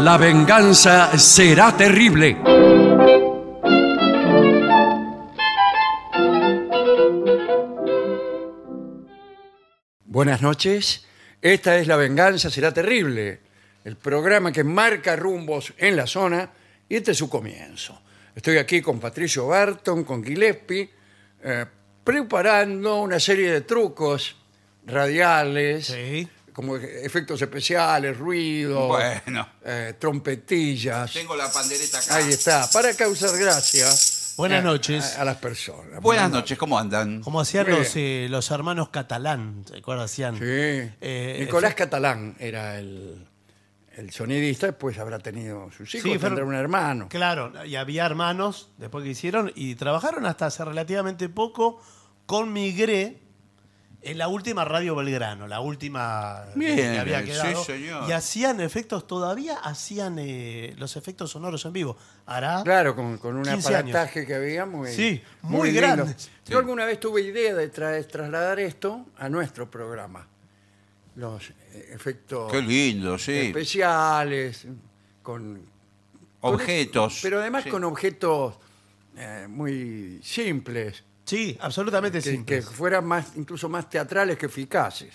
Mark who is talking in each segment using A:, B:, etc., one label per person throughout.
A: La venganza será terrible. Buenas noches. Esta es La venganza será terrible, el programa que marca rumbos en la zona y este es su comienzo. Estoy aquí con Patricio Barton, con Gillespie, eh, preparando una serie de trucos radiales,
B: Sí.
A: como e- efectos especiales, ruido,
C: Bueno.
A: eh, trompetillas.
C: Tengo la pandereta acá.
A: Ahí está, para causar gracia.
B: Buenas
A: eh,
B: noches.
A: A, a las personas.
C: Buenas noches, ¿cómo andan?
B: Como hacían
A: Muy
B: los,
A: bien.
B: eh, los hermanos catalán, ¿te acuerdas? Hacían,
A: Sí.
B: eh,
A: Nicolás
B: efe-
A: Catalán era el, el sonidista, después habrá tenido sus hijos,
B: Sí,
A: tendrá
B: fueron-
A: un hermano.
B: Claro, y había hermanos después que hicieron y trabajaron hasta hace relativamente poco con Migré en la última Radio Belgrano, la última
C: Bien,
B: que había
C: sí,
B: quedado.
C: señor.
B: Y hacían efectos, todavía hacían eh, los efectos sonoros en vivo. Hará.
A: Claro, con, con un
B: 15 años.
A: aparataje que había muy,
B: Sí, muy
A: lindo.
B: grandes.
A: Yo alguna vez tuve idea de tra- trasladar esto a nuestro programa. Los eh, efectos
C: Qué lindo, sí.
A: especiales, con con-
C: Objetos.
A: pero además
C: Sí.
A: con objetos eh, muy simples,
B: Sí, absolutamente
A: que, que
B: simple.
A: fueran más, incluso más teatrales que eficaces.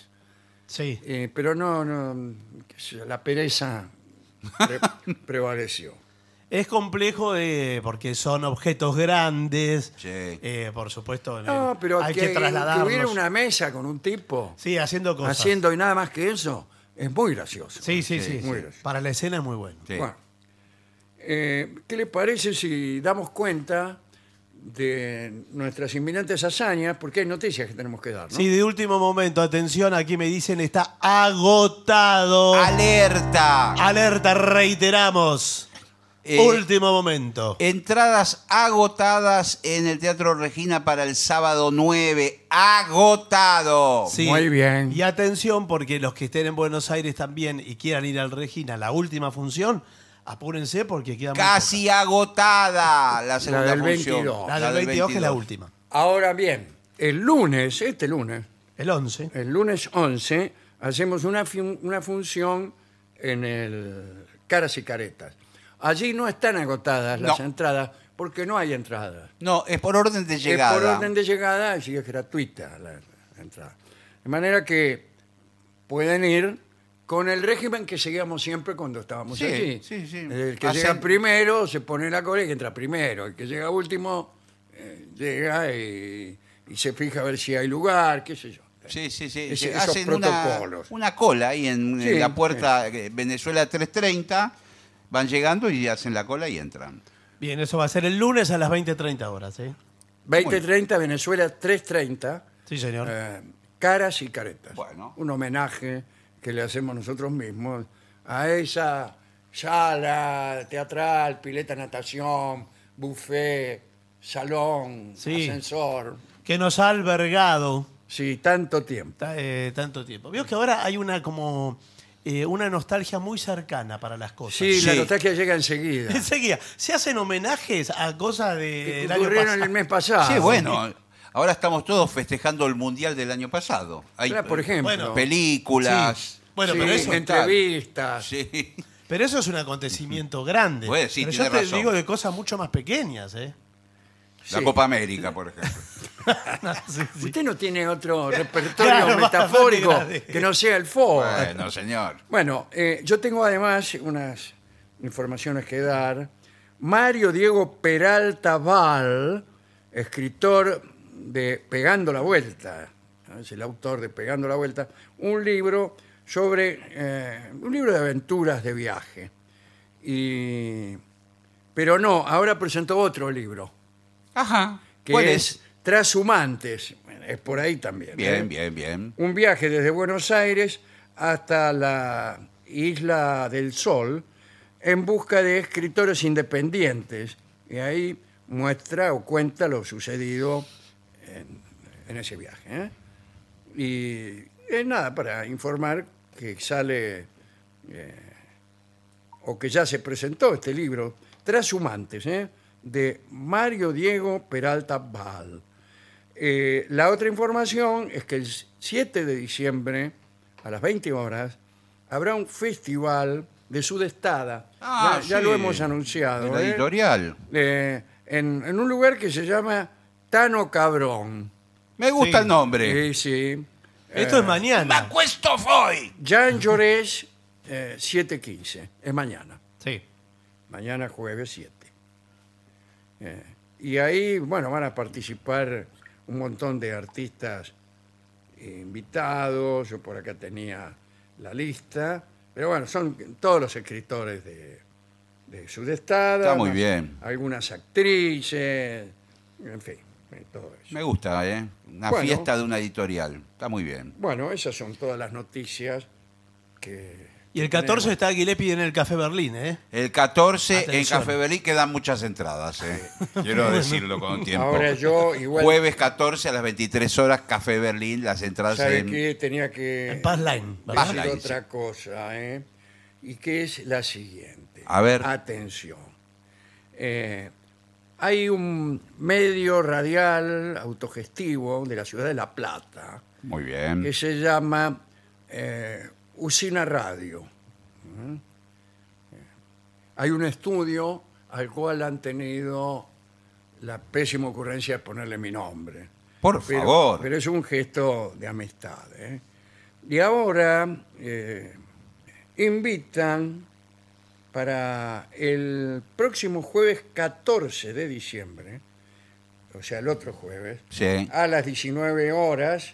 B: Sí.
A: Eh, pero no, no, qué sé yo, la pereza pre- prevaleció.
B: Es complejo eh, porque son objetos grandes.
C: Sí.
B: Eh, por supuesto, en
A: No,
B: el-
A: pero
B: hay
A: que,
B: que, trasladarlos.
A: hubiera una mesa con un tipo
B: Sí, haciendo cosas.
A: haciendo y nada más que eso es muy gracioso.
B: Sí, sí, sí.
C: Sí,
B: sí.
A: muy gracioso.
B: Para la escena es muy bueno.
C: Sí.
A: Bueno, eh, ¿qué le parece si damos cuenta de nuestras inminentes hazañas? Porque hay noticias que tenemos que dar, ¿no?
B: Sí, de último momento, atención, aquí me dicen está agotado.
C: ¡Alerta!
B: Alerta, reiteramos.
C: Eh,
B: último momento.
C: Entradas agotadas en el Teatro Regina para el sábado 9. ¡Agotado!
B: Sí.
A: Muy bien.
B: Y atención, porque los que estén en Buenos Aires también y quieran ir al Regina, la última función, apúrense porque queda muy
C: Casi agotada la segunda
A: del
C: función.
A: 22.
B: poca. La del 22, que es la última.
A: Ahora bien, el lunes, este lunes,
B: El 11.
A: el lunes 11, hacemos una, fiu- una función en el Caras y Caretas. Allí no están agotadas las
C: No.
A: entradas porque no hay entradas.
C: No, es por orden de llegada.
A: Es por orden de llegada, así es gratuita la la entrada. De manera que pueden ir con el régimen que seguíamos siempre cuando estábamos
C: Sí,
A: allí.
C: sí, sí.
A: El que
C: Hacen-
A: llega primero se pone la cola y que entra primero. El que llega último eh, llega y, y se fija a ver si hay lugar, qué sé yo.
C: Sí, sí, sí.
A: Ese-
C: Se
A: esos
C: hacen una,
A: protocolos.
C: una cola ahí en, en
A: Sí,
C: la puerta eh, Venezuela 330. Van llegando y hacen la cola y entran.
B: Bien, eso va a ser el lunes a las 20.30 horas. ¿eh?
A: 2030, Venezuela 330.
B: Sí, señor.
A: eh, caras y caretas.
C: Ah. Bueno.
A: Un homenaje que le hacemos nosotros mismos a esa sala teatral, pileta natación, buffet, salón,
B: Sí.
A: ascensor.
B: que nos ha albergado
A: Sí, tanto tiempo.
B: ta- eh, tanto tiempo. Veo que ahora hay una como eh, una nostalgia muy cercana para las cosas.
A: Sí, la
C: Sí.
A: nostalgia llega enseguida.
B: Enseguida, se hacen homenajes a cosas de,
A: Que
B: del año
A: ocurrieron el
B: pasado.
A: mes pasado.
C: sí, bueno. Ahora estamos todos festejando el Mundial del año pasado. Hay
A: Claro, por
C: eh,
A: ejemplo.
B: Bueno,
C: películas.
B: Bueno,
A: Sí,
B: pero, eso,
C: en-
A: entrevistas.
C: Sí.
B: pero eso es un acontecimiento grande.
C: Pues, sí,
B: pero yo
C: tiene
B: te
C: razón.
B: digo de cosas mucho más pequeñas. ¿eh?
C: La
A: Sí.
C: Copa América, por ejemplo.
A: Usted no tiene otro repertorio
B: Claro,
A: metafórico
B: bastante grande.
A: que no sea el FOA.
C: bueno, señor.
A: Bueno, eh, yo tengo además unas informaciones que dar. Mario Diego Peralta Val, escritor de Pegando la Vuelta, ¿no? es el autor de Pegando la Vuelta, un libro sobre eh, un libro de aventuras de viaje. Y- pero no, ahora presentó otro libro
C: Ajá.
A: que
C: ¿Cuál
A: es,
C: es?
A: Trashumantes, es por ahí también. ¿eh?
C: Bien, bien, bien.
A: un viaje desde Buenos Aires hasta la Isla del Sol en busca de escritores independientes. Y ahí muestra o cuenta lo sucedido en, en ese viaje. ¿eh? Y es nada para informar que sale eh, o que ya se presentó este libro, Trashumantes, ¿eh? de Mario Diego Peralta Val. Eh, la otra información es que el 7 de diciembre, a las 20 horas, habrá un festival de Sudestada.
C: Ah,
A: ya, ya
C: sí.
A: lo hemos anunciado.
C: de la
A: ¿eh?
C: editorial.
A: Eh, en, en un lugar que se llama Tano Cabrón.
C: Me gusta
B: Sí.
C: el
A: Sí,
C: nombre.
A: sí.
B: Esto
A: Eh.
B: es mañana.
C: acuesto hoy.
A: Jean Llorés, eh, 7.15. Es mañana.
B: Sí.
A: Mañana jueves 7. Eh, y ahí, bueno, van a participar un montón de artistas invitados. Yo por acá tenía la lista. Pero bueno, son todos los escritores de, de Sudestada.
C: Está muy
A: unas-
C: bien.
A: Algunas actrices. En fin, eh, todo eso.
C: Me gusta, ¿eh? Una
A: Bueno.
C: fiesta de una editorial. Está muy bien.
A: Bueno, esas son todas las noticias que.
B: Y el 14 está Guillepi en el Café Berlín, ¿eh?
C: El 14
B: Atención.
C: en Café Belí quedan muchas entradas, ¿eh? Quiero decirlo con tiempo.
A: Ahora yo igual.
C: Jueves 14 a las 23 horas, Café Berlín, las entradas
A: ¿Sabe
C: en...
A: qué? Tenía que
B: En Paz Line.
C: Paz
A: decir
C: Line,
A: otra cosa, ¿eh? Y que es la siguiente.
C: A ver.
A: Atención. Eh, hay un medio radial autogestivo de la ciudad de La Plata
C: Muy bien.
A: que se llama eh, Usina Radio. ¿Mm? Hay un estudio al cual han tenido la pésima ocurrencia de ponerle mi nombre.
C: Por
A: Pero-
C: favor.
A: Pero es un gesto de amistad. ¿eh? Y ahora eh, invitan para el próximo jueves 14 de diciembre, o sea, el otro jueves,
C: Sí.
A: a las 19 horas,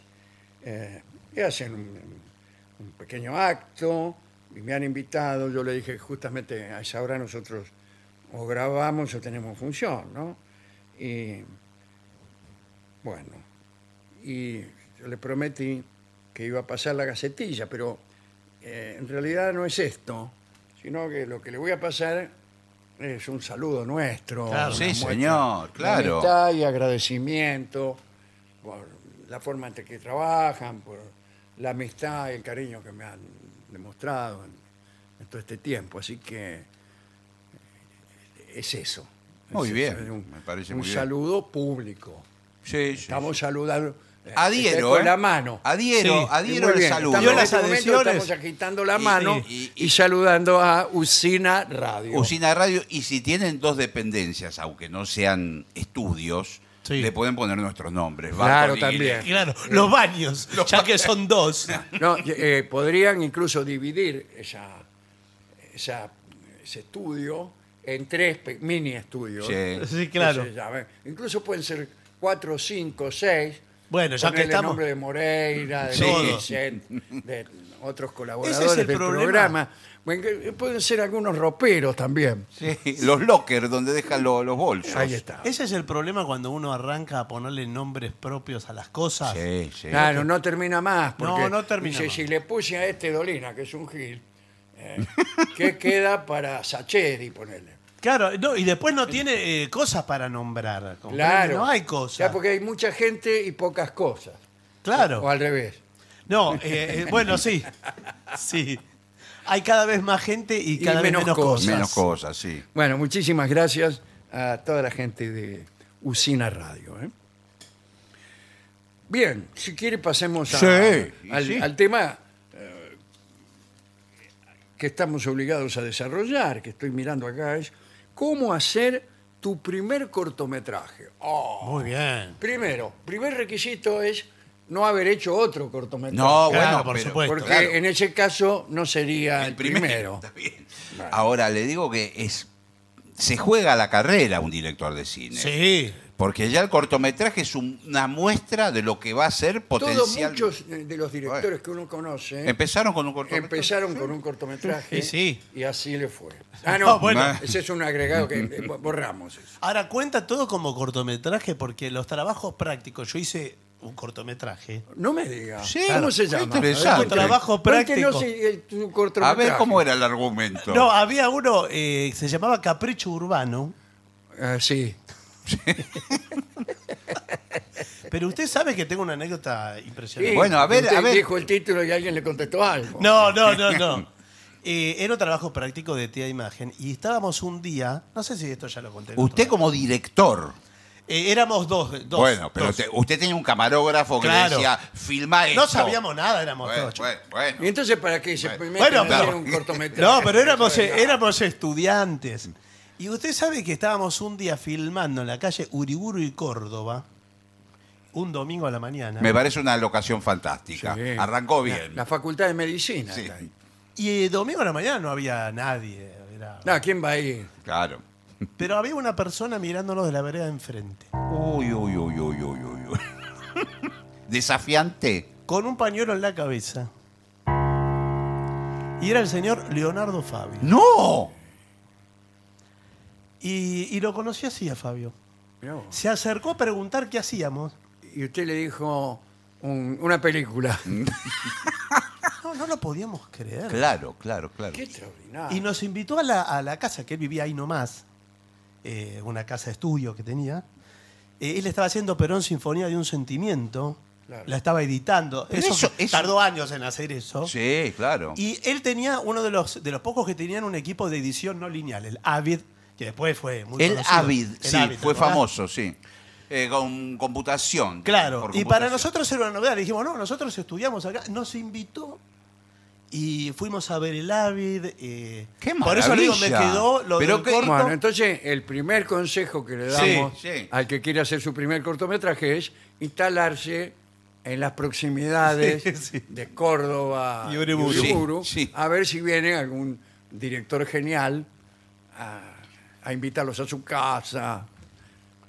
A: eh, y hacen un, un pequeño acto y me han invitado. Yo le dije justamente a esa hora nosotros o grabamos o tenemos función, ¿no? Y bueno, y yo le prometí que iba a pasar la gacetilla, pero eh, en realidad no es esto, sino que lo que le voy a pasar es un saludo nuestro.
B: Claro.
A: una
C: Sí,
A: muestra
C: señor,
A: de
C: claro.
A: amistad y agradecimiento por la forma en que trabajan, por la amistad y el cariño que me han demostrado en, en todo este tiempo. Así que eh, es eso.
C: Muy
A: Es
C: bien,
A: eso, es un,
C: me parece
A: un
C: muy bien.
A: saludo público.
C: Sí, sí.
A: Estamos saludando. eh, está
C: Adhiero,
A: con
C: ¿eh?
A: la mano.
C: Adhiero,
B: Sí.
C: adhiero
A: Muy
C: el
A: bien,
C: saludo.
A: estamos
B: Yo
A: en
B: las
A: este momento,
B: adhesiones.
A: Estamos agitando la
C: Y-
A: mano
C: y-
A: y,
C: y-
A: saludando a Usina Radio.
C: Usina Radio, y si tienen dos dependencias, aunque no sean estudios,
B: Sí.
C: le pueden poner nuestros nombres.
A: Claro,
C: Bartolini.
A: también.
B: Claro, los baños, ya que son dos.
A: No, eh, podrían incluso dividir esa, esa- ese estudio en tres pe- mini estudios.
C: Sí.
B: Sí, claro.
A: Que se llaman. Incluso pueden ser cuatro, cinco, seis.
B: Bueno, ya que
A: Ponerle
B: estamos-
A: nombre de Moreira, de
B: Sí.
A: Vincent, de otros colaboradores
B: Ese es el
A: del
B: problema.
A: programa. Bueno, que- pueden ser algunos roperos también.
C: Sí, Los lockers donde dejan lo- los bolsos.
A: Ahí está.
B: Ese es el problema cuando uno arranca a ponerle nombres propios a las cosas.
C: Sí, sí.
A: Claro, no termina más. Porque
B: No, no termina
A: dice,
B: más.
A: si le puse a este Dolina, que es un gil, eh, ¿qué queda para Sacheri ponerle?
B: Claro, no, y después no tiene eh, cosas para nombrar. ¿comprende?
A: Claro.
B: No hay
A: Ya,
B: cosas.
A: porque hay mucha gente y pocas cosas.
B: Claro.
A: O al revés.
B: No, eh, eh, bueno, sí. Sí. Hay cada vez más gente y cada vez
A: menos
B: menos
A: cosas.
B: cosas.
C: Menos cosas, sí.
A: Bueno, muchísimas gracias a toda la gente de Usina Radio. ¿eh? Bien, si quiere pasemos a-
C: Sí,
A: al,
C: sí.
A: al tema eh, que estamos obligados a desarrollar, que estoy mirando acá, es cómo hacer tu primer cortometraje. Oh,
B: Muy bien.
A: primero, primer requisito es no haber hecho otro cortometraje.
C: No,
B: Claro,
C: bueno,
B: por
C: pero-
B: supuesto.
A: Porque
C: claro.
A: en ese caso no sería el, primero.
C: Está bien. Ahora le digo que es se juega la carrera un director de cine.
B: Sí.
C: Porque ya el cortometraje es un- una muestra de lo que va a ser
A: Todos
C: potencial.
A: muchos eh, de los directores que uno conoce
C: Empezaron con un cortometraje.
A: empezaron con un cortometraje
B: Y sí.
A: y así le fue. Ah, no,
B: No, bueno.
A: ese es un agregado que eh, bo- borramos. eso.
B: Ahora cuenta todo como cortometraje porque los trabajos prácticos, yo hice un cortometraje.
A: No me diga.
C: Sí,
A: ¿Cómo se
C: qué
A: llama?
C: interesante.
A: Cuéntenos-
B: Trabajo
A: cuéntenos
B: práctico.
A: el- el- tu
C: A
A: cortometraje.
C: ver cómo era el argumento.
B: No, había uno eh, se llamaba Capricho Urbano,
A: Ah, sí.
B: pero usted sabe que tengo una anécdota impresionante.
A: Sí,
C: Bueno, a ver,
A: usted
C: a ver.
A: dijo el título y alguien le contestó algo.
B: No, no, no, no. Eh, era un trabajo práctico de tía imagen y estábamos un día, no sé si esto ya lo conté. en
C: Usted
B: otro
C: como director.
B: lado. Eh, éramos dos. dos,
C: bueno, pero
B: dos.
C: te- usted tenía un camarógrafo que
B: Claro.
C: le decía, filma esto.
B: no sabíamos nada, éramos
C: Bueno,
B: dos. chicos.
C: bueno, bueno.
A: ¿Y entonces para qué se meten
B: Bueno,
A: a
B: pero-
A: hacer un cortometraje?
B: No, pero éramos, eh, éramos estudiantes. Y usted sabe que estábamos un día filmando en la calle Uriburu y Córdoba, un domingo a la mañana.
C: Me parece una locación fantástica.
A: Sí.
C: Arrancó bien.
A: La Facultad de Medicina.
C: Sí.
A: está ahí.
B: Y eh, domingo a la mañana no había nadie. era-
A: No, ¿quién va a ir?
C: Claro.
B: Pero había una persona mirándonos de la vereda de enfrente,
C: Uy, uy, uy, uy, uy, uy. uy. Desafiante.
B: con un pañuelo en la cabeza. Y era el señor Leonardo Fabio.
C: ¡No!
B: Y, y lo conocí así a Fabio.
A: Mirá vos.
B: Se acercó a preguntar qué hacíamos.
A: Y usted le dijo un- una película.
B: Ah, No, no lo podíamos creer.
C: Claro, claro, claro.
A: Qué extraordinario.
B: Y nos invitó a la, a la casa, que él vivía ahí nomás, eh, una casa de estudio que tenía. Eh, él estaba haciendo Perón Sinfonía de un Sentimiento,
A: Claro.
B: la estaba editando.
C: Pero
B: Eso,
C: eso- eso-
B: tardó años en hacer eso.
C: Sí, claro.
B: Y él tenía uno de los, de los pocos que tenían un equipo de edición no lineal, el Avid, que después fue muy
C: el
B: conocido.
C: Avid,
B: El
C: sí,
B: Avid, ¿te
C: fue
B: acordás?
C: famoso, sí. Eh, con computación.
B: Claro,
C: por
B: y para
C: computación.
B: nosotros era una novedad. Le dijimos, no, nosotros estudiamos acá. Nos invitó y fuimos a ver el Avid. eh,
C: ¡Qué
B: Por eso le digo, me
C: maravilla!
B: quedó lo
C: Pero
B: del
C: qué-
B: corto.
A: Bueno, entonces el primer consejo que le
C: Sí,
A: damos
C: sí.
A: al que quiere hacer su primer cortometraje es instalarse en las proximidades
B: Sí, sí.
A: de Córdoba
B: Y Uriburu.
A: y Uriburu,
C: Sí, sí.
A: a ver si viene algún director genial a, a invitarlos a su casa.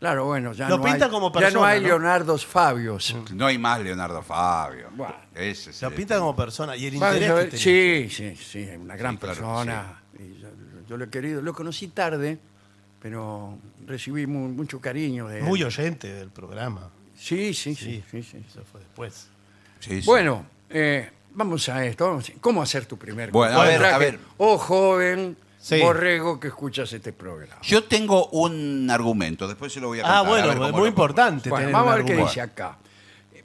A: Claro, bueno, ya,
B: Lo
A: no,
B: pinta
A: hay,
B: como
A: ya no
B: persona,
A: hay
B: ¿no? Mm.
A: Leonardos Fabios.
C: No hay más Leonardo Fabio.
A: Bueno.
C: Ese es
B: Lo
C: el-
B: pinta como persona y el
A: Vamos a
B: interés
A: ver,
B: que tenía.
A: sí, sí, sí, una gran
C: Sí, claro,
A: persona. Y yo, yo lo he querido, lo conocí tarde, pero recibí mu- mucho cariño de él.
B: Muy oyente del programa.
A: Sí, sí, sí.
B: Sí,
A: sí, sí.
B: Eso fue después.
C: Sí, sí.
A: Bueno, eh, vamos a esto. vamos a- ¿Cómo hacer tu primer
C: Bueno, a ver, a ver.
A: Oh, joven
B: Sí.
A: borrego que escuchas este programa.
C: Yo tengo un argumento, después se lo voy a contar.
B: Ah,
C: a
B: bueno,
C: ver cómo
B: muy
C: lo-
B: importante.
A: Bueno,
B: tener
A: vamos
B: un
A: a ver qué
B: argumento.
A: dice acá.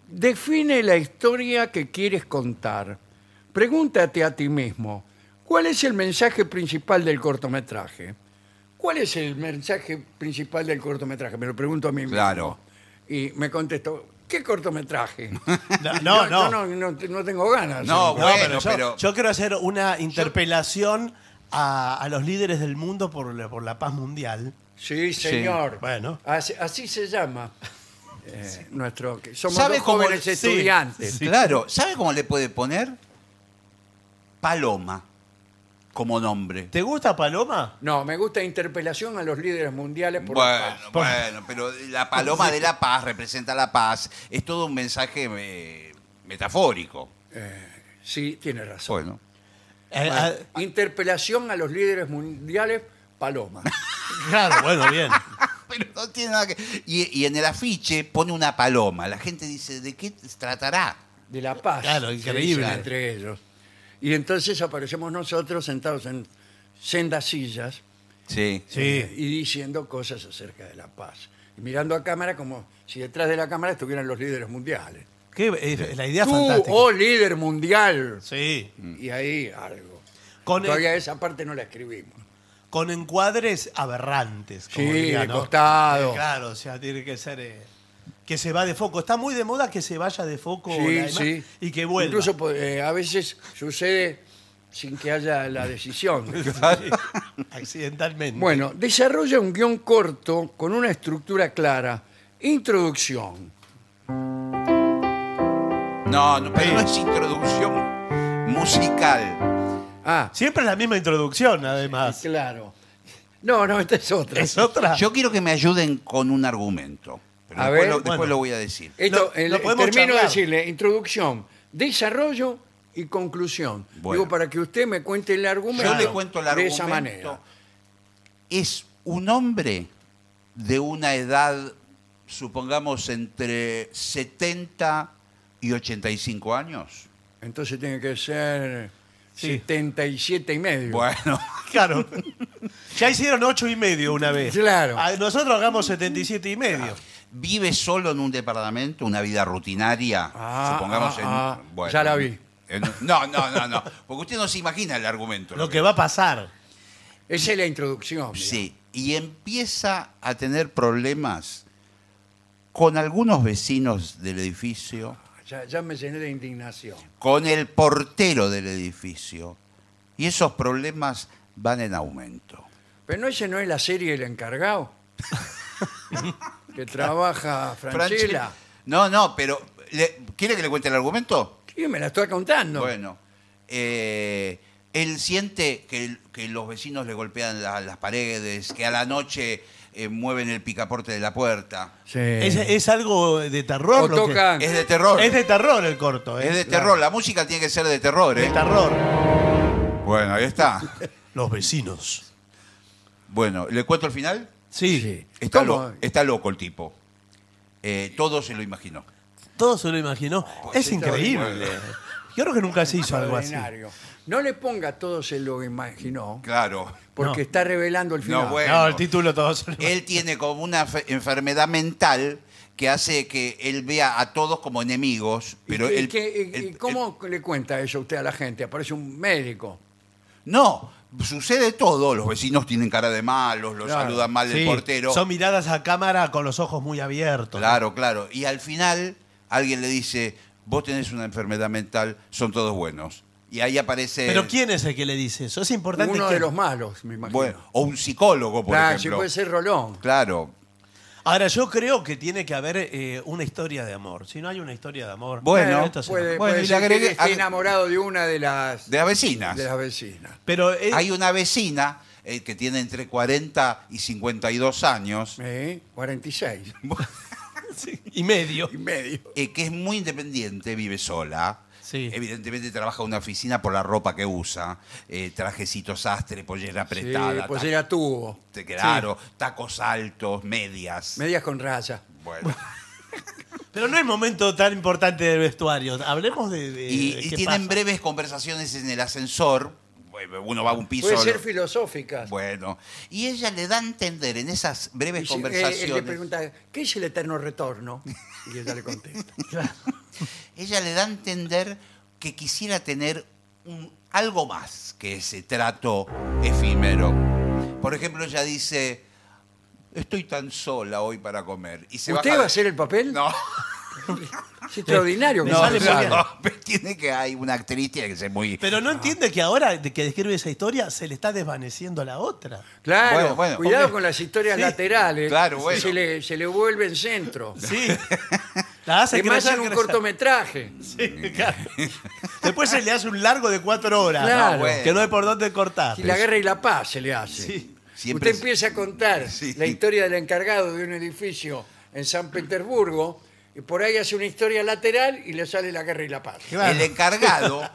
A: Define la historia que quieres contar. Pregúntate a ti mismo, ¿cuál es el mensaje principal del cortometraje? ¿Cuál es el mensaje principal del cortometraje? Me lo pregunto a mí mismo.
C: Claro.
A: Y me contesto, ¿qué cortometraje?
B: No, no,
A: Yo- yo
B: no.
A: no, no tengo ganas.
C: No,
B: No,
C: Bueno,
B: pero yo,
C: pero-
B: yo quiero hacer una interpelación a, a los líderes del mundo por, la- por la paz mundial.
A: Sí, señor.
B: Bueno.
A: Así, así se llama. eh, nuestro, que somos
C: ¿Sabe
A: dos
C: cómo-
A: jóvenes
C: sí,
A: estudiantes.
C: Claro, ¿sabe cómo le puede poner? Paloma como nombre.
B: ¿Te gusta Paloma?
A: No, me gusta interpelación a los líderes mundiales por la paz.
C: Bueno, bueno, pero la paloma de la paz representa la paz. Es todo un mensaje eh, metafórico.
A: Sí, tiene razón.
C: Bueno.
B: Eh, ah,
A: Interpelación a los líderes mundiales, paloma.
B: claro, bueno, bien.
C: Pero no tiene nada que. Y, y en el afiche pone una paloma. La gente dice, ¿de qué tratará?
A: De la paz.
B: Claro,
A: se
B: increíble.
A: dicen Entre ellos. Y entonces aparecemos nosotros sentados en sendas sillas
C: Sí.
A: eh,
B: Sí.
A: y diciendo cosas acerca de la paz. Y mirando a cámara como si detrás de la cámara estuvieran los líderes mundiales.
B: Qué- eh, la idea es
A: Tú,
B: fantástica.
A: oh líder mundial.
B: Sí.
C: Mm.
A: Y ahí algo.
B: Con,
A: Todavía esa parte no la escribimos.
B: con encuadres aberrantes. Como
A: Sí,
B: diría,
A: de
B: ¿no?
A: costado.
B: Eh, Claro, o sea, tiene que ser. eh, que se va de foco. Está muy de moda que se vaya de foco la
A: Sí,
B: ima-
A: sí.
B: y que vuelva.
A: Incluso po- eh, a veces sucede sin que haya la decisión.
B: Sí, accidentalmente.
A: Bueno, desarrolla un guión corto con una estructura clara. Introducción.
C: No, no, pero no es introducción musical.
A: Ah,
B: Siempre es la misma introducción, además.
A: claro. No, no, esta es otra.
B: Es otra.
C: Yo quiero que me ayuden con un argumento. Pero
A: Ah. A ver.
C: después,
A: Eh,
C: lo, después
B: Bueno.
C: lo voy a decir.
A: Esto,
B: Lo-
A: el-
B: lo podemos
A: termino de
B: charlar.
A: decirle, introducción, desarrollo y conclusión.
C: Bueno.
A: Digo, para que usted me cuente el argumento
C: Yo le cuento el
A: de
C: argumento.
A: esa manera.
C: Es un hombre de una edad, supongamos, entre 70 y 85 años.
A: Entonces tiene que ser
B: Sí.
A: 77 y medio.
C: Bueno,
B: Claro. Ya hicieron ocho y medio una vez.
A: Claro.
B: A- Nosotros hagamos 77 y medio.
C: vive solo en un departamento, una vida rutinaria.
A: Ah,
C: supongamos
A: ah,
C: en-
A: ah,
C: bueno,
A: ya la vi.
C: en- no, no, no, no. Porque usted no se imagina el argumento.
B: Lo que va a pasar.
A: Esa es la introducción. digamos.
C: Sí, y empieza a tener problemas con algunos vecinos del edificio,
A: Ya, ya me llené de indignación.
C: con el portero del edificio. Y esos problemas van en aumento.
A: Pero no ese no es la serie El Encargado. que trabaja Franchella.
C: No, no, pero ¿le- ¿quiere que le cuente el argumento?
A: Y me la estoy contando.
C: Bueno, eh, él siente que, el- que los vecinos le golpean la- las paredes, que a la noche eh, mueven el picaporte de la puerta.
A: Sí.
B: Es, es algo de terror.
A: Eh. O
B: lo que-
A: toca-
C: Es de terror.
B: Es de terror el corto. ¿eh?
C: Es de terror, la música tiene que ser de terror,
B: De
C: ¿eh?
B: terror.
C: Bueno, ahí está.
B: Los vecinos.
C: Bueno, ¿le cuento el final?
B: Sí.
A: Sí.
C: Está,
A: ¿Cómo?
C: lo- está loco el tipo. Eh, todo se lo imaginó.
B: Todo se lo imaginó.
C: Oh,
B: es increíble.
C: eh.
B: Yo creo que nunca se hizo algo así.
A: Extraordinario. No le ponga todo se lo imaginó,
C: Claro.
A: porque
B: No.
A: está revelando el final.
C: bueno.
B: No, el título todo se lo
C: Él tiene como una fe- enfermedad mental que hace que él vea a todos como enemigos.
A: ¿Y
C: Pero
A: qué-
C: él-
A: qué- y-
C: él-
A: y cómo le cuenta eso usted a la gente? Aparece un médico.
C: No, sucede todo. Los vecinos tienen cara de malos, los
A: Claro.
C: saludan mal
B: Sí,
C: el portero.
B: Son miradas a cámara con los ojos muy abiertos.
C: Claro, claro. Y al final alguien le dice, vos tenés una enfermedad mental, son todos buenos. Y ahí aparece...
B: Pero ¿quién es el que le dice eso? Es importante
A: Uno
B: que...
A: de los malos, me imagino.
C: Bueno, o un psicólogo, por
A: Ah, si
C: ejemplo.
A: puede ser Rolón.
C: Claro.
B: Ahora, yo creo que tiene que haber eh, una historia de amor. Si no hay una historia de amor...
C: Bueno,
B: esto se
A: puede,
B: enoja.
C: Bueno,
A: puede
C: y
A: ser
C: le agregué-
A: que esté enamorado de una de las,
C: De las vecinas.
A: de las vecinas.
B: Pero eh,
C: Hay una vecina eh, que tiene entre 40 y 52 años,
A: ¿Eh? 46
B: sí, y medio.
A: y medio.
C: eh, que es muy independiente, vive sola.
B: Sí.
C: Evidentemente trabaja en una oficina por la ropa que usa, eh, trajecito sastre, pollera
A: Sí,
C: prestada,
A: pues era tubo.
C: claro, tacos altos, medias.
A: Medias con raya.
C: Bueno.
B: Pero no es momento tan importante del vestuario. Hablemos de... de-
C: Y,
A: Eh,
B: de
C: y
B: qué
C: tienen
B: pasa.
C: breves conversaciones en el ascensor. Bueno, Uno va a un piso.
A: Puede ser
C: lo-
A: filosóficas.
C: bueno. Y ella le da a entender en esas breves
A: Y si- eh, él le
C: conversaciones.
A: pregunta, ¿qué es el eterno retorno? Y ella le contesta.
C: ella le da a entender que quisiera tener un- algo más que ese trato efímero. Por ejemplo, ella dice, estoy tan sola hoy para comer. Y se
A: ¿Usted
C: baja
A: va a
C: de-
A: hacer el papel?
C: No,
A: Es extraordinario. que
B: No,
A: sale
B: no,
A: muy bien.
C: no, pero tiene que hay una actriz, tiene que ser muy...
B: Pero no entiende que ahora de que describe esa historia se le está desvaneciendo la otra.
A: Claro,
C: Bueno, bueno.
A: cuidado
B: Hombre.
A: con las historias
B: Sí.
A: laterales.
C: Claro, bueno.
A: Se le, se le vuelve en centro.
B: Sí. La hace
A: Que más
B: crecer,
A: en un
B: crecer.
A: cortometraje.
B: Sí, claro. Después se le hace un largo de cuatro horas.
A: Claro.
C: No, bueno.
B: Que no hay por dónde cortar.
A: Y la guerra y la paz se le hace.
B: Sí.
C: Siempre
A: Usted empieza a contar
C: Sí.
A: la historia del encargado de un edificio en San Petersburgo y por ahí hace una historia lateral y le sale la guerra y la paz.
B: Claro.
C: El encargado,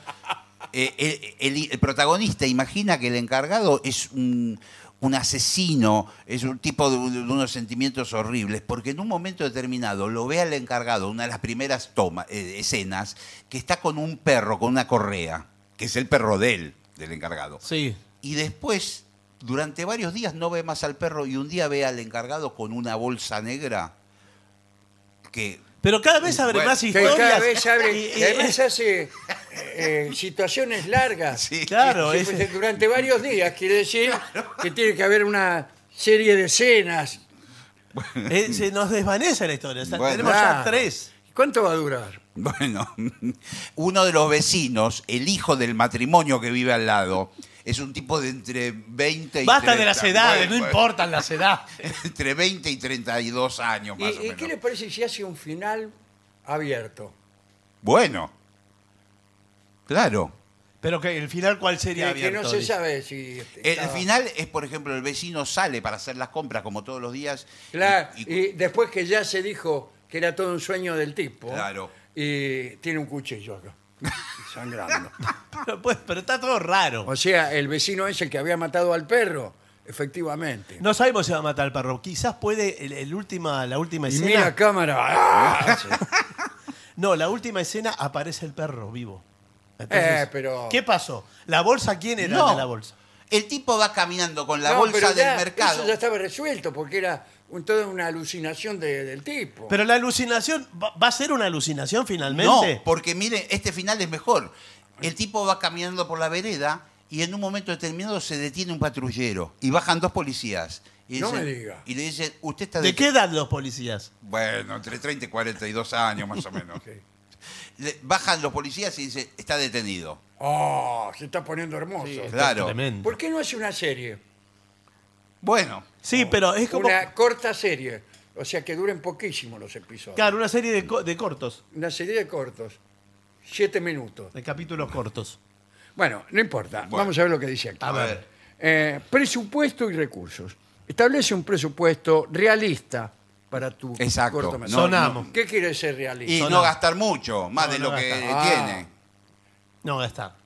C: eh, el- el, el protagonista imagina que el encargado es un, un asesino, es un tipo de, de unos sentimientos horribles, porque en un momento determinado lo ve al encargado, una de las primeras toma- eh, escenas, que está con un perro, con una correa, que es el perro de él, del encargado.
B: Sí.
C: Y después, durante varios días, no ve más al perro y un día ve al encargado con una bolsa negra que...
B: Pero cada vez abre
C: Bueno,
B: más
A: Que
B: historias.
A: cada vez abre-
B: Y- y-
A: y además hace eh, situaciones largas.
C: Sí.
B: claro,
A: Sí,
B: es- este,
A: pues, durante varios días, quiere decir que tiene que haber una serie de escenas.
B: eh, se nos desvanece la historia. O sea,
C: Bueno.
B: tenemos
A: Claro.
B: ya tres.
A: ¿Cuánto va a durar?
C: Bueno, uno de los vecinos, el hijo del matrimonio que vive al lado, es un tipo de entre 20 y
B: Basta
C: 30.
B: de las edades,
C: Bueno,
B: no importan las edades.
C: Entre 20 y 32 años
A: ¿Y,
C: más o
A: y
C: menos.
A: qué le parece si hace un final abierto?
C: Bueno. Claro.
B: Pero que el final, ¿cuál
A: Que,
B: sería
A: que no
B: abierto?
A: se
B: dice?
A: sabe si... este,
C: El,
A: estaba-
C: final es, por ejemplo, el vecino sale para hacer las compras como todos los días. y-
A: Claro,
C: y-
A: y, después que ya se dijo que era todo un sueño del tipo,
C: Claro.
A: y tiene un cuchillo acá, sangrando.
B: Pero, pues, pero está todo raro.
A: O sea, el vecino es el que había matado al perro, efectivamente.
B: No sabemos si va a matar al perro. Quizás puede el, el última, la última
A: y
B: escena.
A: mira a cámara. ¡ah! Sí.
B: No, la última escena aparece el perro vivo.
A: Eh, pero-
B: ¿Qué pasó? ¿La bolsa quién era
C: No.
B: de la bolsa?
C: El tipo va caminando con la
A: No, pero
C: bolsa
A: ya-
C: del mercado.
A: Eso ya estaba resuelto porque era un- toda una alucinación de- del tipo.
B: Pero la alucinación, ¿va, va a ser una alucinación
C: No,
B: finalmente?
C: porque mire, este final es mejor. El tipo va caminando por la vereda y en un momento determinado se detiene un patrullero y bajan dos policías. Y
A: No
C: dicen-
A: me diga.
C: Y le dicen, usted está
B: ¿De
C: deten-
B: qué edad los policías?
C: Bueno, entre 30 y 42 años más o menos.
A: Sí.
C: Le- bajan los policías y dicen, está detenido.
A: Oh, se está poniendo hermoso.
C: Claro.
B: Tremendo.
A: ¿Por qué no hace una serie?
C: Bueno,
B: Sí, pero es como.
A: Una corta serie. O sea, que duren poquísimo los episodios.
B: Claro, una serie de, co- de cortos,
A: Una serie de cortos. Siete minutos.
B: de capítulos cortos.
A: Bueno, no importa.
C: Bueno.
A: Vamos a ver lo que dice aquí.
C: A ver.
A: Eh, presupuesto y recursos. Establece un presupuesto realista para tu
C: Exacto.
A: corto
C: No,
B: Sonamos.
A: ¿Qué quiere ser realista?
C: y
B: Son
C: no
B: a-
C: gastar mucho, más
B: No,
C: de
B: no
C: lo que
A: gastar. Ah.
C: tiene.
B: No gastar.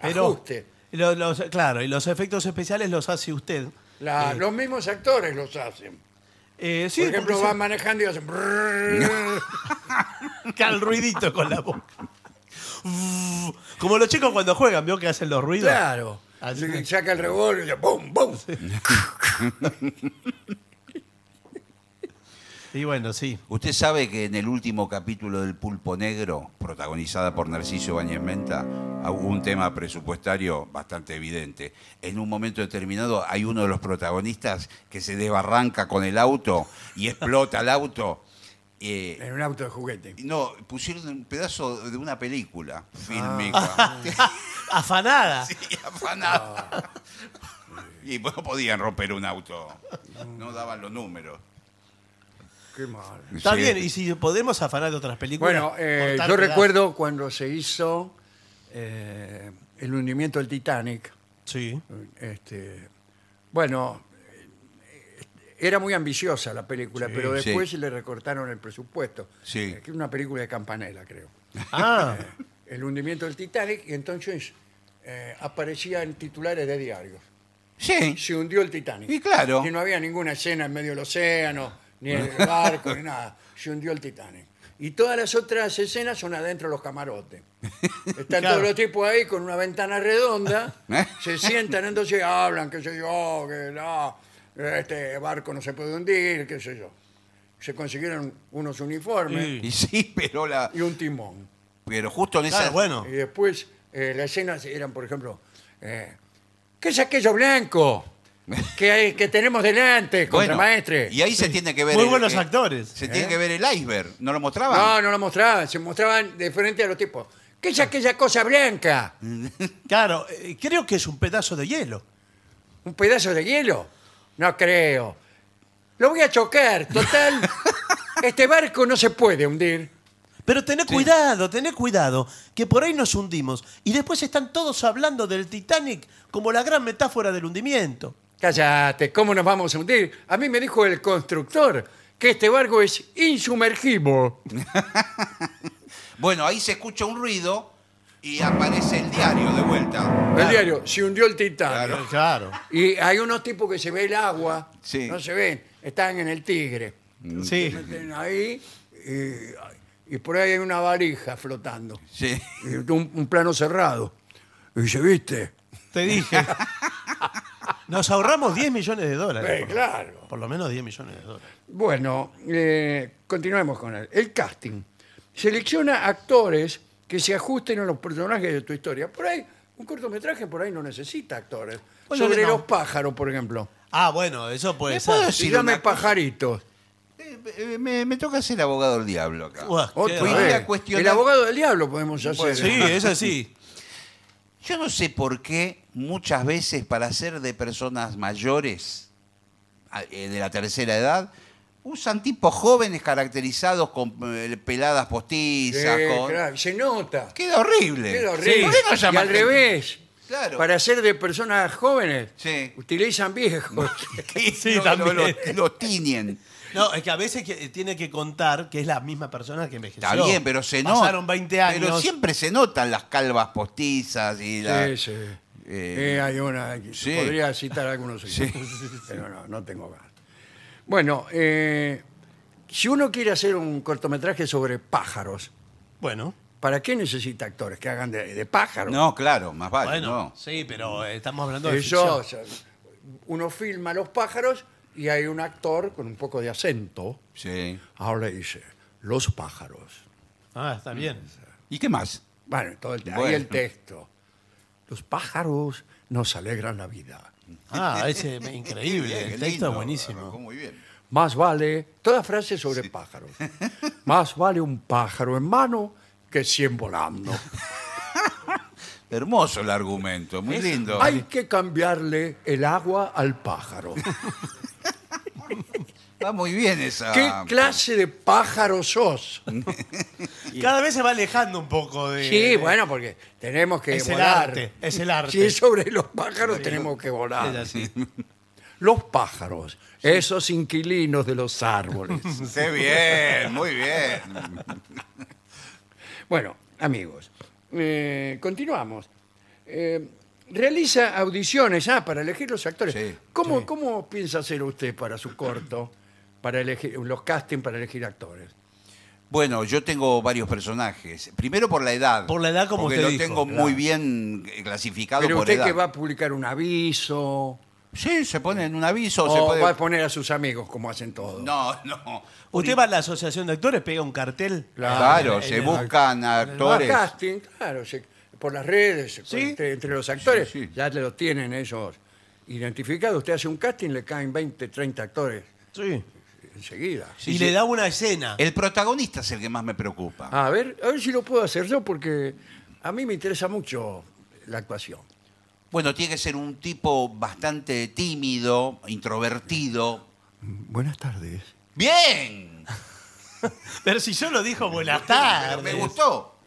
B: Pero,
A: Ajuste.
B: lo- los- claro, y los efectos especiales los hace usted.
A: La-
B: Eh,
A: Los mismos actores los hacen.
B: eh, sí,
A: Por ejemplo,
B: porque
A: van
B: se-
A: manejando y hacen... brrrr.
B: Acá el ruidito con la boca. Como los chicos cuando juegan, vio que hacen los ruidos.
A: Claro.
B: Así
A: Le
B: que-
A: saca el revólver y dice, ¡bum, bum!
B: Y bueno, sí.
C: Usted sabe que en el último capítulo del Pulpo Negro, protagonizada por Narciso Bañez Menta, hubo un tema presupuestario bastante evidente. En un momento determinado hay uno de los protagonistas que se desbarranca con el auto y explota el auto. Eh,
A: En un auto de juguete.
C: No, pusieron un pedazo de una película fílmica.
B: Ah. Afanada.
C: Sí, afanada. Y pues no podían romper un auto. No daban los números.
A: Qué mal.
B: Está
C: Sí.
B: bien, y si podemos afanar de otras películas.
A: Bueno, eh,
B: cortar
A: yo
B: pedazos.
A: recuerdo cuando se hizo eh, el hundimiento del Titanic.
B: Sí.
A: Este, bueno, eh, era muy ambiciosa la película,
C: Sí,
A: pero después
C: sí.
A: le recortaron el presupuesto.
C: Sí.
A: Eh, que era una película de Campanella, creo.
B: Ah,
A: El hundimiento del Titanic, y entonces eh, aparecía en titulares de diarios.
C: Sí,
A: se hundió el Titanic.
C: Y claro.
A: Y no había ninguna escena en medio del océano, ni en el barco, ni nada. Se hundió el Titanic. Y todas las otras escenas son adentro de los camarotes. Están
B: Claro.
A: todos los tipos ahí con una ventana redonda,
C: ¿Eh?
A: se sientan, entonces hablan, qué sé yo, que no, este barco no se puede hundir, qué sé yo. Se consiguieron unos uniformes
B: Sí.
C: y sí, pero la.
A: y un timón.
C: Pero justo en esa.
B: claro, bueno.
A: Y después eh, las escenas eran, por ejemplo, eh, ¿qué es aquello blanco que, hay- que tenemos delante,
C: Bueno,
A: contramaestre?
C: Y ahí se tiene que ver.
B: Muy
C: el-
B: buenos
C: eh,
B: actores.
C: Se
B: ¿Eh?
C: tiene que ver el iceberg. ¿No lo mostraban?
A: No, no lo mostraban, se mostraban de frente a los tipos. ¿Qué
C: Ah.
A: es aquella cosa blanca?
B: Claro, eh, creo que es un pedazo de hielo.
A: ¿Un pedazo de hielo? No creo. Lo voy a chocar, total. Este barco no se puede hundir.
B: Pero tené cuidado, tené cuidado, que por ahí nos hundimos. Y después están todos hablando del Titanic como la gran metáfora del hundimiento.
A: Cállate, ¿cómo nos vamos a hundir? A mí me dijo el constructor que este barco es insumergible.
C: Bueno, ahí se escucha un ruido y aparece el diario de vuelta.
A: El diario, se hundió el Titanic.
C: Claro.
B: Eh, Claro.
A: Y hay unos tipos que se ve el agua,
C: Sí.
A: no se ven, están en el tigre.
C: Mm.
B: Sí.
A: Se meten ahí y, y por ahí hay una varija flotando.
C: Sí.
A: Y un, un plano cerrado. Y se viste.
B: Te dije. Nos ahorramos 10 millones de dólares.
A: Eh,
B: por-
A: claro.
B: Por lo menos 10 millones de dólares.
A: Bueno, eh, continuemos con él. El casting. Selecciona actores que se ajusten a los personajes de tu historia. Por ahí, un cortometraje por ahí no necesita actores.
B: Bueno,
A: Sobre
B: no.
A: los pájaros, por ejemplo.
B: Ah, bueno, eso puede
C: ¿Le
B: ser.
C: puedo
A: Se
C: decir
A: llame
C: una cosa?
A: Pajaritos.
C: Eh, eh, me, me toca ser abogado del diablo acá.
B: Buah, qué
A: Otra
B: raro.
C: Voy
A: vez.
C: a cuestionar-
A: El abogado del diablo podemos hacer. Eh,
C: Bueno,
B: Sí, es así.
C: Yo no sé por qué muchas veces para ser de personas mayores, a- eh, de la tercera edad, usan tipos jóvenes caracterizados con eh, peladas postizas.
A: Sí,
C: con-
A: claro, se nota.
C: Queda horrible.
A: Queda horrible.
C: ¿Por qué no
A: y
C: llaman
A: al
C: gente?
A: revés.
C: Claro.
A: Para ser de personas jóvenes,
C: Sí.
A: utilizan viejos.
B: Sí,
C: Lo-
B: también.
C: Lo, lo- lo tiñen.
B: No, es que a veces que- eh, tiene que contar que es la misma persona que envejeció.
C: Está bien, pero se nota.
B: Pasaron 20 años.
C: Pero siempre se notan las calvas postizas y la.
A: Sí, sí.
C: Eh,
A: Eh, hay una.
C: sí.
A: Podría citar algunos ejemplos, Pero no, no tengo ganas. Bueno, eh, si uno quiere hacer un cortometraje sobre pájaros,
B: Bueno,
A: ¿para qué necesita actores que hagan de, de pájaros?
C: No, claro, más vale.
B: bueno,
C: no.
B: sí, pero eh, estamos hablando de
A: Eso,
B: ficción.
A: o sea, uno filma los pájaros y hay un actor con un poco de acento.
C: Sí.
A: Ahora dice, los pájaros.
B: Ah, está bien.
C: ¿Y qué más?
A: Bueno, todo el, ahí
C: Bueno.
A: el texto. Los pájaros nos alegran la vida.
B: Ah, ese es increíble.
C: Qué
B: El texto
C: lindo,
B: es buenísimo.
C: arrancó Muy bien.
A: Más vale, toda frase sobre pájaros. Más vale un pájaro en mano que cien volando.
C: Hermoso el argumento, muy lindo.
A: Hay que cambiarle el agua al pájaro.
C: Está muy bien esa.
A: ¿Qué clase de pájaro sos?
B: Cada vez se va alejando un poco de.
A: Sí,
B: de-
A: bueno, porque tenemos que
B: Es el
A: volar.
B: arte, es el arte.
A: Si es sobre los pájaros, tenemos que
B: Es
A: volar.
B: así.
A: Los pájaros, esos inquilinos de los árboles.
C: Qué bien, muy bien.
A: Bueno, amigos, eh, continuamos. Eh, realiza audiciones ah, para elegir los actores.
C: Sí,
A: ¿Cómo, cómo piensa hacer usted para su corto, para elegir los castings para elegir actores?
C: Bueno, yo tengo varios personajes. Primero por la edad.
B: Por la edad, como
C: Porque
B: usted
C: lo
B: dijo,
C: tengo
B: claro.
C: muy bien eh, clasificado
A: Pero
C: por
A: usted
C: edad.
A: que va a publicar un aviso
C: Sí, se pone en un aviso.
A: o
C: se puede...
A: Oh, va a poner a sus amigos como hacen todos.
C: No, no.
B: Usted va a la asociación de actores, pega un cartel.
A: Claro,
C: Claro,
B: Ah, en
C: se
B: el-
C: buscan
A: Va a
C: actores.
A: casting, claro, se- por las redes, por-
B: Sí.
A: entre, entre los actores,
C: Sí, sí.
A: ya los tienen ellos identificados. Usted hace un casting, le caen 20, 30 actores
B: Sí.
A: enseguida.
B: y
C: Sí,
B: le
C: sí.
B: da una escena.
C: El protagonista es el que más me preocupa.
B: Ah.
A: A ver, a ver si lo puedo hacer yo, porque a mí me interesa mucho la actuación.
C: Bueno, tiene que ser un tipo bastante tímido, introvertido.
A: Buenas tardes.
C: ¡Bien!
B: Pero si yo lo dijo buenas
C: Pero
B: tardes.
C: Me gustó.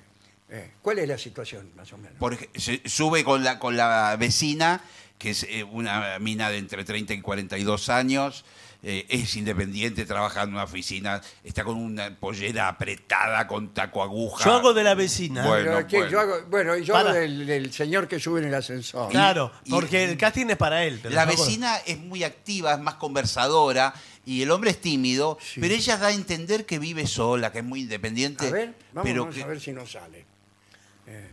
A: Eh, ¿Cuál es la situación, más o menos?
C: Por ej- se- sube con la, con la vecina, que es eh, una mina de entre 30 y 42 años, eh, es independiente, trabaja en una oficina, está con una pollera apretada, con taco aguja.
B: Yo hago de la vecina.
C: Bueno.
A: Pero aquí Yo hago, bueno, y yo hago
B: Para.
A: del, del señor que sube en el ascensor.
B: Claro,
C: Y- y-
B: porque el casting es para él. pero
C: La
B: yo hago-
C: vecina es muy activa, es más conversadora y el hombre es tímido, pero ella da a entender que vive sola, que es muy independiente.
A: A ver, vamos,
C: pero
A: vamos
C: que-
A: a ver si nos sale. Eh,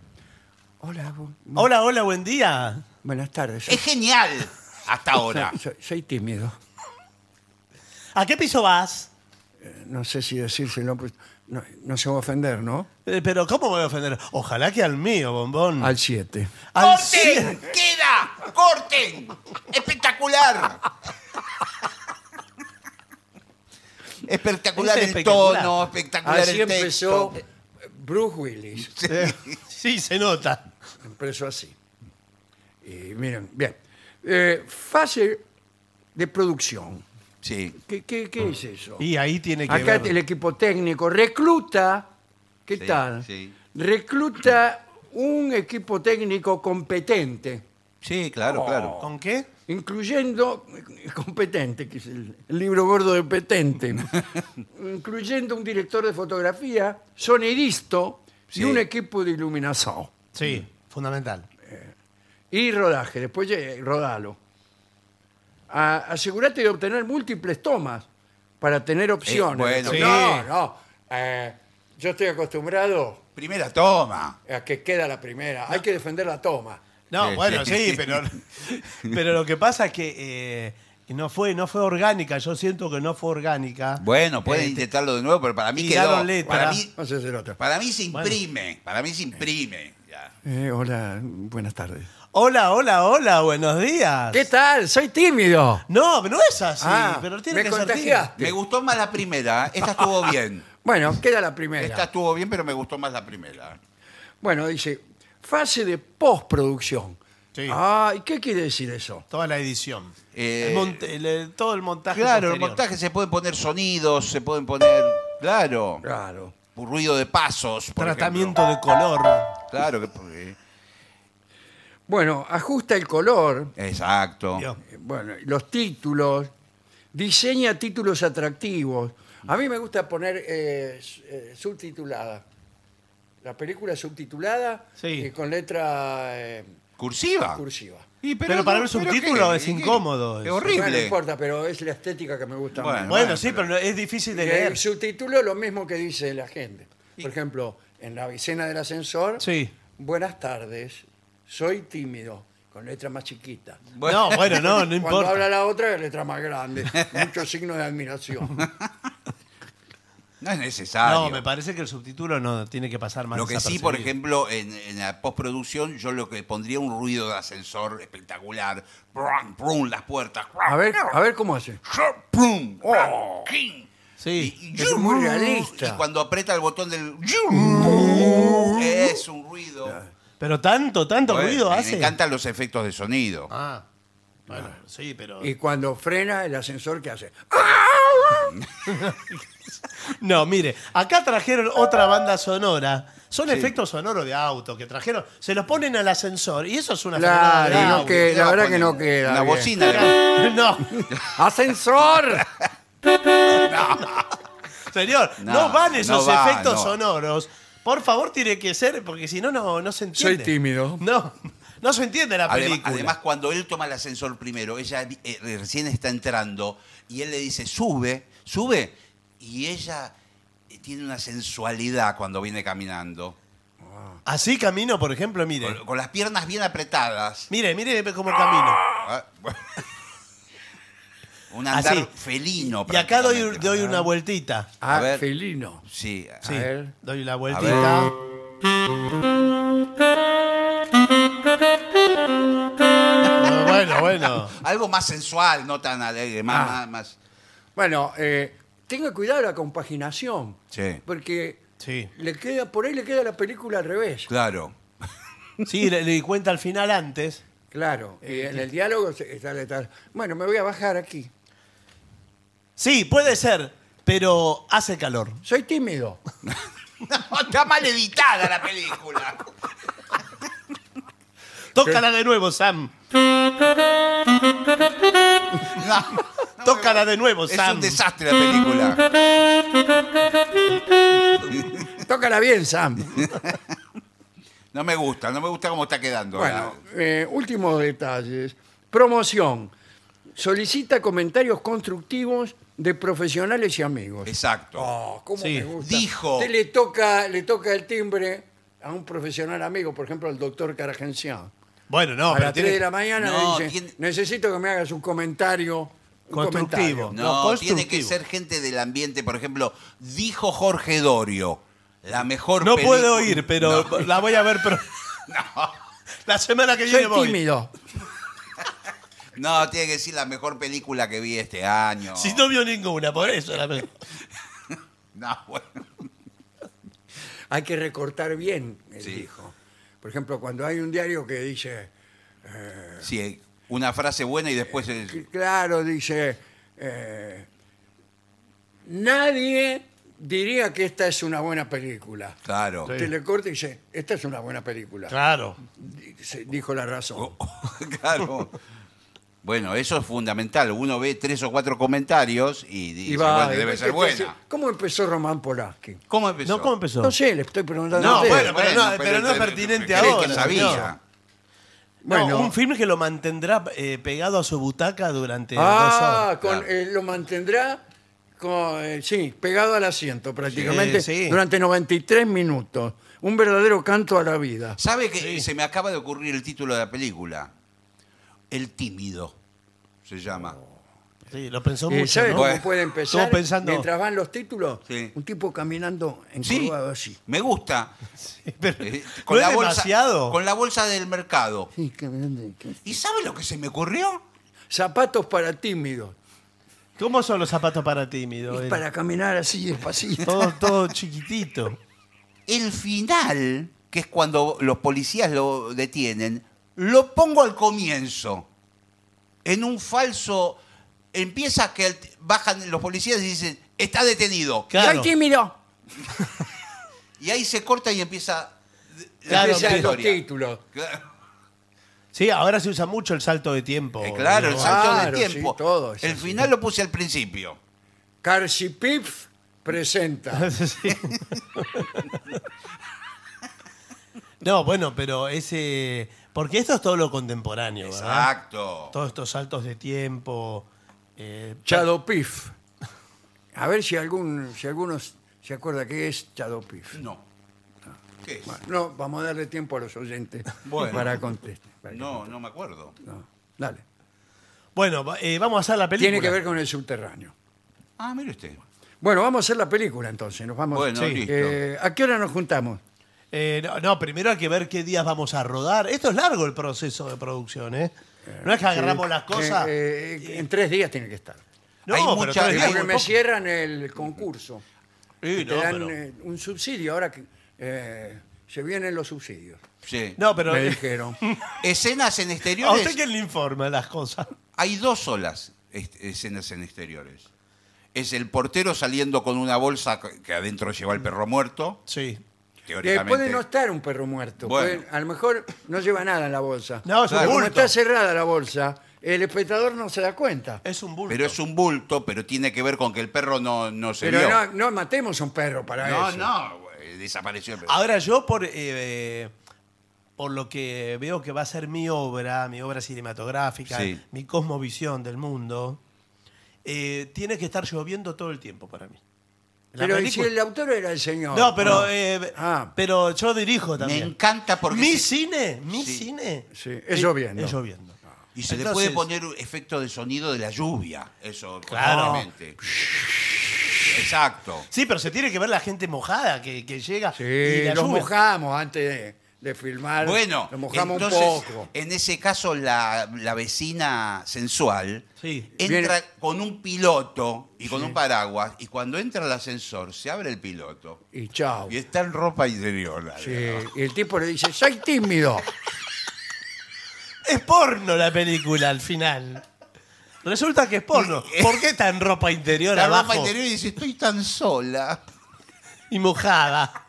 A: hola, bu-
B: Hola, hola, buen día.
A: buenas tardes. Soy,
C: Es genial hasta ahora.
A: soy- soy tímido.
B: ¿A qué piso vas?
A: Eh, No sé si decírselo, pues, no, no se va a ofender, ¿no?
B: Eh, Pero ¿cómo voy a ofender? Ojalá que al mío,
C: Mm.
B: bombón.
A: Al 7.
B: Al
C: ¡Corten! ¡Queda! ¡Corten! ¡Espectacular! espectacular
B: Es
C: el
B: espectacular.
C: tono, espectacular
A: Así
C: el texto.
A: empezó Bruce Willis.
B: cien. Sí, se nota.
A: Empezó así. Y miren, bien. Eh, fase de producción.
C: Sí.
A: ¿Qué, qué- qué
C: Mm.
A: es eso?
B: Y ahí tiene que
A: Acá
B: ver.
A: el equipo técnico recluta. ¿Qué
C: Sí,
A: tal?
C: sí.
A: Recluta un equipo técnico competente,
C: Sí, claro,
A: Oh.
C: claro.
B: ¿Con qué?
A: incluyendo competente, que es el, el libro gordo de petente, incluyendo un director de fotografía, sonidista y
C: Sí.
A: un equipo de iluminación.
B: Sí,
C: Mm.
B: fundamental.
A: Y rodaje, después eh, rodalo. A- asegúrate de obtener múltiples tomas para tener opciones.
C: Eh, bueno,
B: sí.
A: No, no. eh, yo estoy acostumbrado
C: Primera toma.
A: a que queda la primera. Hay que defender la toma.
B: No,
C: Sí,
B: bueno,
C: sí.
B: sí, pero, pero lo que pasa es que eh, no, fue, no fue orgánica. Yo siento que no fue orgánica. Este,
C: Bueno, pueden intentarlo de nuevo, pero para mí quedó.
B: tiraron letra.
C: Para mí,
A: Vamos a hacer otra.
C: para mí se imprime. Para mí se imprime. Ya.
A: Eh, hola, buenas tardes.
B: Hola, hola, hola, buenos días.
A: ¿Qué tal? Soy tímido.
B: No, pero no es así. pero tiene
A: me
B: que ser tímido.
A: contagiaste.
C: Ah, Me gustó más la primera. Esta estuvo bien.
A: Bueno, queda la primera.
C: Esta estuvo bien, pero me gustó más la primera.
A: Bueno, dice, fase de postproducción.
B: Sí.
A: Ah, ¿y qué quiere decir eso?
B: Toda la edición.
C: Eh,
B: El monte- el- el- todo el montaje.
C: Claro, el
B: posterior.
C: montaje se pueden poner sonidos, se pueden poner. Claro.
A: Claro.
C: Un ruido de pasos. por
B: Tratamiento de color.
C: ejemplo. Claro que. porque-
A: Bueno, ajusta el color.
C: Exacto.
B: Dios.
A: bueno, los títulos, diseña títulos atractivos. A mí me gusta poner eh, s- eh, subtitulada. La película subtitulada
B: Sí.
A: y con letra eh,
C: Cursiva.
A: cursiva.
C: Y
B: Pero para
C: no,
B: el subtítulo
C: ¿qué?
B: es
C: ¿Qué?
B: incómodo
C: Es
B: eso.
A: Bueno, no
C: horrible.
A: importa, pero es la estética que me gusta
C: Bueno,
A: más.
B: Bueno, sí, pero no- es difícil de
A: Porque
B: leer.
A: El subtítulo es lo mismo que dice la gente. Por ejemplo, en la escena del ascensor,
B: Sí.
A: buenas tardes, soy tímido, con letra más chiquita.
C: Bueno.
B: No, bueno, no, no
A: Cuando
B: importa.
A: habla la otra, letra más grande. Muchos signos de admiración.
C: No es necesario.
B: No, me parece que el subtítulo no tiene que pasar más
C: Lo que sí, por
B: desapercibido.
C: ejemplo, en, en la postproducción, yo lo que pondría un ruido de ascensor espectacular. Brum, brum, las puertas.
A: A ver, a ver cómo hace.
C: Brum,
A: Oh.
C: clink.
B: Sí.
C: Y-
A: Es muy realista. Mm.
C: Y cuando aprieta el botón del. Es un ruido.
B: Pero tanto, tanto
C: Bueno,
B: ruido
C: me-
B: hace.
C: Me encantan los efectos de sonido.
B: Ah, bueno, sí, pero.
A: Y cuando frena el ascensor, ¿qué hace? ¡Ah!
B: No, mire, acá trajeron otra banda sonora. Son efectos sonoros de auto que trajeron. Se los ponen al ascensor y eso es una frenada de
A: Claro, no
B: auto.
A: que-
C: ¿qué
A: la
C: va a
A: verdad
C: poner?
A: que no queda
C: Una
A: bien.
C: bocina. digamos.
B: No,
A: ¡Ascensor!
B: señor, no,
C: No,
B: van esos
C: no va,
B: efectos
C: no.
B: sonoros. Por favor, tiene que ser, porque si no, no, no se entiende.
A: Soy tímido.
B: No, no se entiende la
C: Adem-
B: película.
C: Además, cuando él toma el ascensor primero, ella vi- eh, recién está entrando y él le dice, sube, sube. Y ella eh, tiene una sensualidad cuando viene caminando.
B: Así camino, por ejemplo, mire.
C: Con, con las piernas bien apretadas.
B: Mire, mire cómo camino.
C: Ah, bueno. Un andar
B: Así.
C: felino.
B: Ah, Y acá doy,
C: prácticamente.
B: doy una vueltita.
A: Ah,
C: A ver.
A: felino.
C: Sí.
B: Sí,
A: ver.
B: doy la
C: A
B: vueltita. Bueno, bueno, bueno.
C: Algo más sensual, no tan alegre, más...
B: Ah.
C: más- más-
A: Bueno, eh, tenga cuidado la compaginación.
C: Sí.
A: Porque
B: Sí.
A: le queda, por ahí le queda la película al revés.
C: Claro.
B: Sí, le, le di cuenta al final antes.
A: Claro. Y en el diálogo se- sale tal. Bueno, me voy a bajar aquí.
B: Sí, puede ser, pero hace calor.
A: Soy tímido.
C: Está mal editada la película.
B: Tócala de nuevo, Sam.
C: No,
B: Tócala de nuevo,
C: Es
B: Sam.
C: un desastre la película.
A: Tócala bien, Sam.
C: No me gusta, no me gusta cómo está quedando.
A: Bueno, eh, últimos detalles. Promoción. Solicita comentarios constructivos de profesionales y amigos.
C: Exacto.
A: Oh, cómo
B: Sí,
A: me gusta.
C: dijo.
A: Usted le toca, le toca el timbre a un profesional amigo, por ejemplo, al doctor Caragencián.
B: Bueno, no,
A: a
B: pero
A: las 3
B: tiene-
A: de la mañana
C: No,
A: le dice,
C: tiene-
A: necesito que me hagas un comentario. un
B: Constructivo.
A: comentario".
C: No,
B: no,
C: tiene que
B: constructivo.
C: ser gente del ambiente. Por ejemplo, dijo Jorge Dorio, la mejor
B: No
C: película-
B: puedo ir, pero
C: No.
B: la voy a ver. Pero... La semana que viene
A: Soy
B: voy.
A: tímido.
C: No, tiene que decir la mejor película que vi este año.
B: Si no vio ninguna, por eso la veo.
C: No, bueno.
A: Hay que recortar bien, él
C: Sí.
A: dijo. Por ejemplo, cuando hay un diario que dice,
C: Sí, una frase buena y después el-
A: claro, dice, eh, nadie diría que esta es una buena película.
C: Claro.
B: Sí.
A: Usted le corta y dice, esta es una buena película.
B: Claro.
A: Dice- Dijo la
C: Oh,
A: razón.
C: claro. Bueno, eso es fundamental. Uno ve tres o cuatro comentarios y dice,
A: Y va,
C: bueno, debe ser
A: ¿qué- qué-
C: buena.
A: ¿Cómo empezó Román Polaski?
C: ¿Cómo empezó?
B: No, ¿cómo empezó?
A: No sé, le estoy preguntando a
B: No,
A: usted.
B: bueno, pero no- pero no es pertinente
C: ¿cree que
B: ahora,
C: sabía.
B: señor? No,
A: Bueno.
B: un film que lo mantendrá eh, pegado a su butaca durante
A: Ah,
B: Este, dos horas.
A: con,
C: claro.
A: eh, lo mantendrá con, eh, sí, pegado al asiento prácticamente
B: Sí, sí.
A: durante 93 minutos. Un verdadero canto a la vida.
C: ¿Sabe que
B: Sí.
C: se me acaba de ocurrir el título de la película? El tímido se llama.
B: Oh, Sí, lo pensó
A: Eh,
B: mucho.
A: ¿Sabe
B: ¿no?
A: cómo
C: Bueno.
A: puede empezar?
B: Estuvo pensando-
A: Mientras van los títulos,
C: Sí.
A: un tipo caminando
C: Sí,
A: encurvado así.
C: me gusta.
B: Pero,
C: Eh,
B: ¿no es demasiado?
C: con la bolsa del mercado.
A: Sí, caminando.
C: ¿Y sabe lo que se me ocurrió?
A: Zapatos para tímidos.
B: ¿Cómo son los zapatos para tímido?
A: Es
B: Él?
A: para caminar así despacito.
B: Todo, todo chiquitito.
C: El final, que es cuando los policías lo detienen, lo pongo al comienzo. En un falso. Empieza que el- bajan los policías y dicen, está detenido.
B: Claro.
A: Soy tímido.
C: Y ahí se corta y empieza. eh,
B: Claro,
A: Empiezan
B: pero-
A: los títulos.
C: Claro.
B: Sí, ahora se usa mucho el salto de tiempo.
C: Eh, claro, el
B: ¿no?
C: salto
A: Oh, Claro,
C: de tiempo.
A: sí, todo es
C: el
A: así.
C: final lo puse al principio.
A: Carcipif presenta.
B: Sí. No, bueno, pero ese. Porque esto es todo lo contemporáneo, ¿verdad?
C: Exacto.
B: Todos estos saltos de tiempo. eh,
A: Chadopif. A ver si algún, si algunos se acuerda qué es Chadopif.
C: No. ¿Qué es?
A: Bueno, no, vamos a darle tiempo a los oyentes
C: Bueno.
A: para contestar.
C: No, no me acuerdo.
A: Dale.
B: Bueno, va- eh, vamos a hacer la película.
A: Tiene que ver con el subterráneo.
C: Ah, mire usted.
A: Bueno, vamos a hacer la película entonces. Nos vamos.
C: Bueno,
B: Sí.
C: listo.
A: Eh, ¿A qué hora nos juntamos?
B: Eh, no, no, primero hay que ver qué días vamos a rodar. Esto es largo el proceso de producción, ¿eh? No es que agarramos
A: Eh,
B: las cosas.
A: eh, eh, en tres días tiene que estar. Eh,
B: no,
C: hay
B: pero
C: muchas-
B: todo el
C: Sí,
B: día
C: hay
B: es
A: Porque
B: muy
A: me
B: poco.
A: cierran el concurso. Te
B: Sí, no,
A: dan
B: pero-
A: eh, un subsidio. Ahora que eh, se vienen los subsidios.
C: Sí.
B: no, pero. eh,
A: me dijeron.
C: Escenas en
B: ¿A usted
C: exteriores.
B: quién le informa las cosas?
C: Hay dos solas est- escenas en exteriores. Es el portero saliendo con una bolsa c- que adentro lleva el perro muerto,
B: Sí.
A: Que puede
C: teóricamente.
A: no estar un perro muerto.
C: Bueno.
A: puede- a lo mejor no lleva nada en la bolsa.
B: No, es
A: Pero
B: un
A: Como
B: bulto.
A: está cerrada la bolsa, el espectador no se da cuenta.
B: Es un bulto.
C: Pero es un bulto, pero tiene que ver con que el perro no, no se
A: Pero
C: vio.
A: no, no matemos a un perro para
C: no,
A: eso.
C: no, eh, desapareció el perro.
B: Ahora yo por eh, eh, por lo que veo que va a ser mi obra, mi obra cinematográfica,
C: Sí.
B: mi cosmovisión del mundo, eh, tiene que estar lloviendo todo el tiempo para mí. La
A: Pero si
B: película-
A: el autor era el señor.
B: no, pero eh,
A: Ah.
B: pero yo dirijo
C: Me
B: también.
C: encanta porque
B: Mi
C: se-
B: cine, mi
C: Sí.
B: cine.
A: Sí, es lloviendo.
B: Es lloviendo.
C: y se
B: Entonces-
C: le puede poner efecto de sonido de la lluvia. Eso,
B: Claro.
C: claramente. Exacto.
B: Sí, pero se tiene que ver la gente mojada que, que llega.
A: Sí,
B: y la
A: los
B: lluvia.
A: mojamos antes de, de filmar.
C: Bueno,
A: los mojamos
C: entonces, eh,
A: un poco.
C: en ese caso la, la vecina sensual
B: Sí.
C: entra
A: Viene-
C: con un piloto y con un paraguas y cuando entra el ascensor se abre el piloto
A: Y chao.
C: y está en ropa interior. la
A: Sí,
C: verdad.
A: Y el tipo le dice, soy tímido.
B: Es porno la película al final. Resulta que es porno. ¿Por qué está en ropa interior
C: Está en
B: abajo
C: ropa interior y dice, estoy tan sola.
B: y mojada?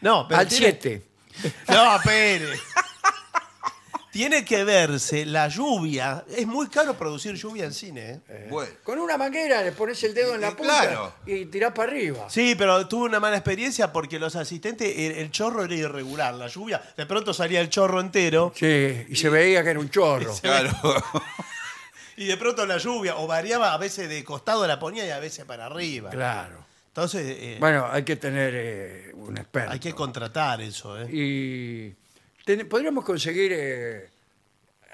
B: No, pero
A: Al
B: tiene-
A: 7.
B: No, Pérez. tiene que verse la lluvia. Es muy caro producir lluvia en cine. ¿eh?
C: Bueno,
A: Con una manguera le pones el dedo en la
C: Eh,
A: punta
C: claro.
A: y tirás para arriba.
B: Sí, pero tuve una mala experiencia porque los asistentes, el, el chorro era irregular, la lluvia, de pronto salía el chorro entero
A: Sí, y se veía que era un chorro.
C: claro.
B: y de pronto la lluvia, o variaba a veces de costado la ponía y a veces para arriba.
A: Claro.
B: Entonces, eh,
A: Bueno, hay que tener eh, un experto.
B: hay que contratar eso. ¿eh?
A: Y ten- podríamos conseguir eh,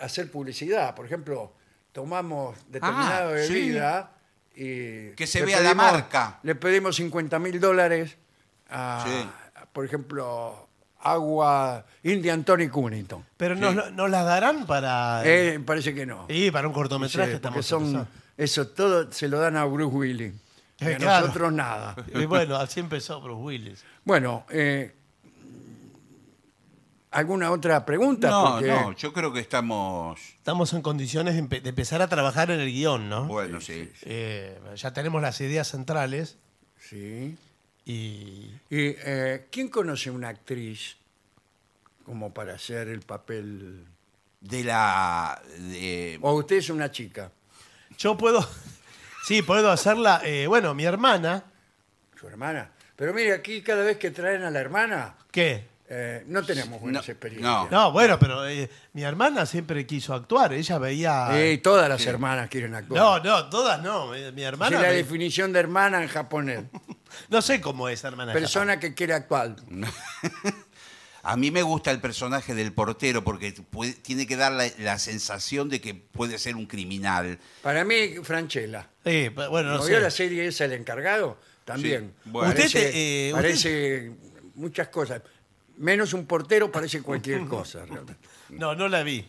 A: hacer publicidad. Por ejemplo, tomamos determinada
C: Ah, sí.
A: bebida y...
C: Que se
A: le
C: vea la marca.
A: Le pedimos 50 mil dólares a,
C: Sí.
A: a, por ejemplo, agua Indian Tony Cunnington.
B: Pero nos, lo- nos las darán para.
A: Eh, parece que no.
B: y para un cortometraje
A: Sí, porque
B: estamos
A: son,
B: empezando.
A: eso todo se lo dan a Bruce Willis. Y
B: Eh,
A: a
B: claro.
A: nosotros nada.
B: Y bueno, así empezó Bruce Willis.
A: Bueno, eh, ¿alguna otra pregunta?
C: No,
A: Porque-
C: no, yo creo que estamos...
B: Estamos en condiciones de, empe- de empezar a trabajar en el guión, ¿no?
C: Bueno, sí.
B: Eh, ya tenemos las ideas centrales
A: Sí.
B: y.
A: Y, eh, ¿Quién conoce una actriz como para hacer el papel?
C: De la... de-
A: O usted es una chica.
B: Yo puedo. Sí, puedo hacerla. eh, bueno, mi hermana.
A: Su hermana. Pero mire, aquí cada vez que traen a la hermana,
B: ¿Qué?
A: eh, no tenemos buenas
C: No,
A: experiencias.
C: no.
B: No, bueno, pero eh, mi hermana siempre quiso actuar. Ella veía.
A: Eh, todas las hermanas quieren actuar.
B: no, no, todas no. eh, Mi
A: Si
B: hermana.
A: la
B: ve-
A: definición de hermana en japonés.
B: No sé cómo es, hermana.
A: Persona que quiere actuar.
C: A mí me gusta el personaje del portero porque puede- tiene que dar la, la sensación de que puede ser un criminal.
A: Para mí, Franchella.
B: Eh, pe- bueno, no
A: ¿No
B: sé.
A: vio la serie esa, El Encargado? También.
C: Sí, bueno.
B: Usted te-
A: Parece-
B: eh, usted-
A: parece muchas cosas. Menos un portero parece cualquier cosa. realmente.
B: No, no la vi.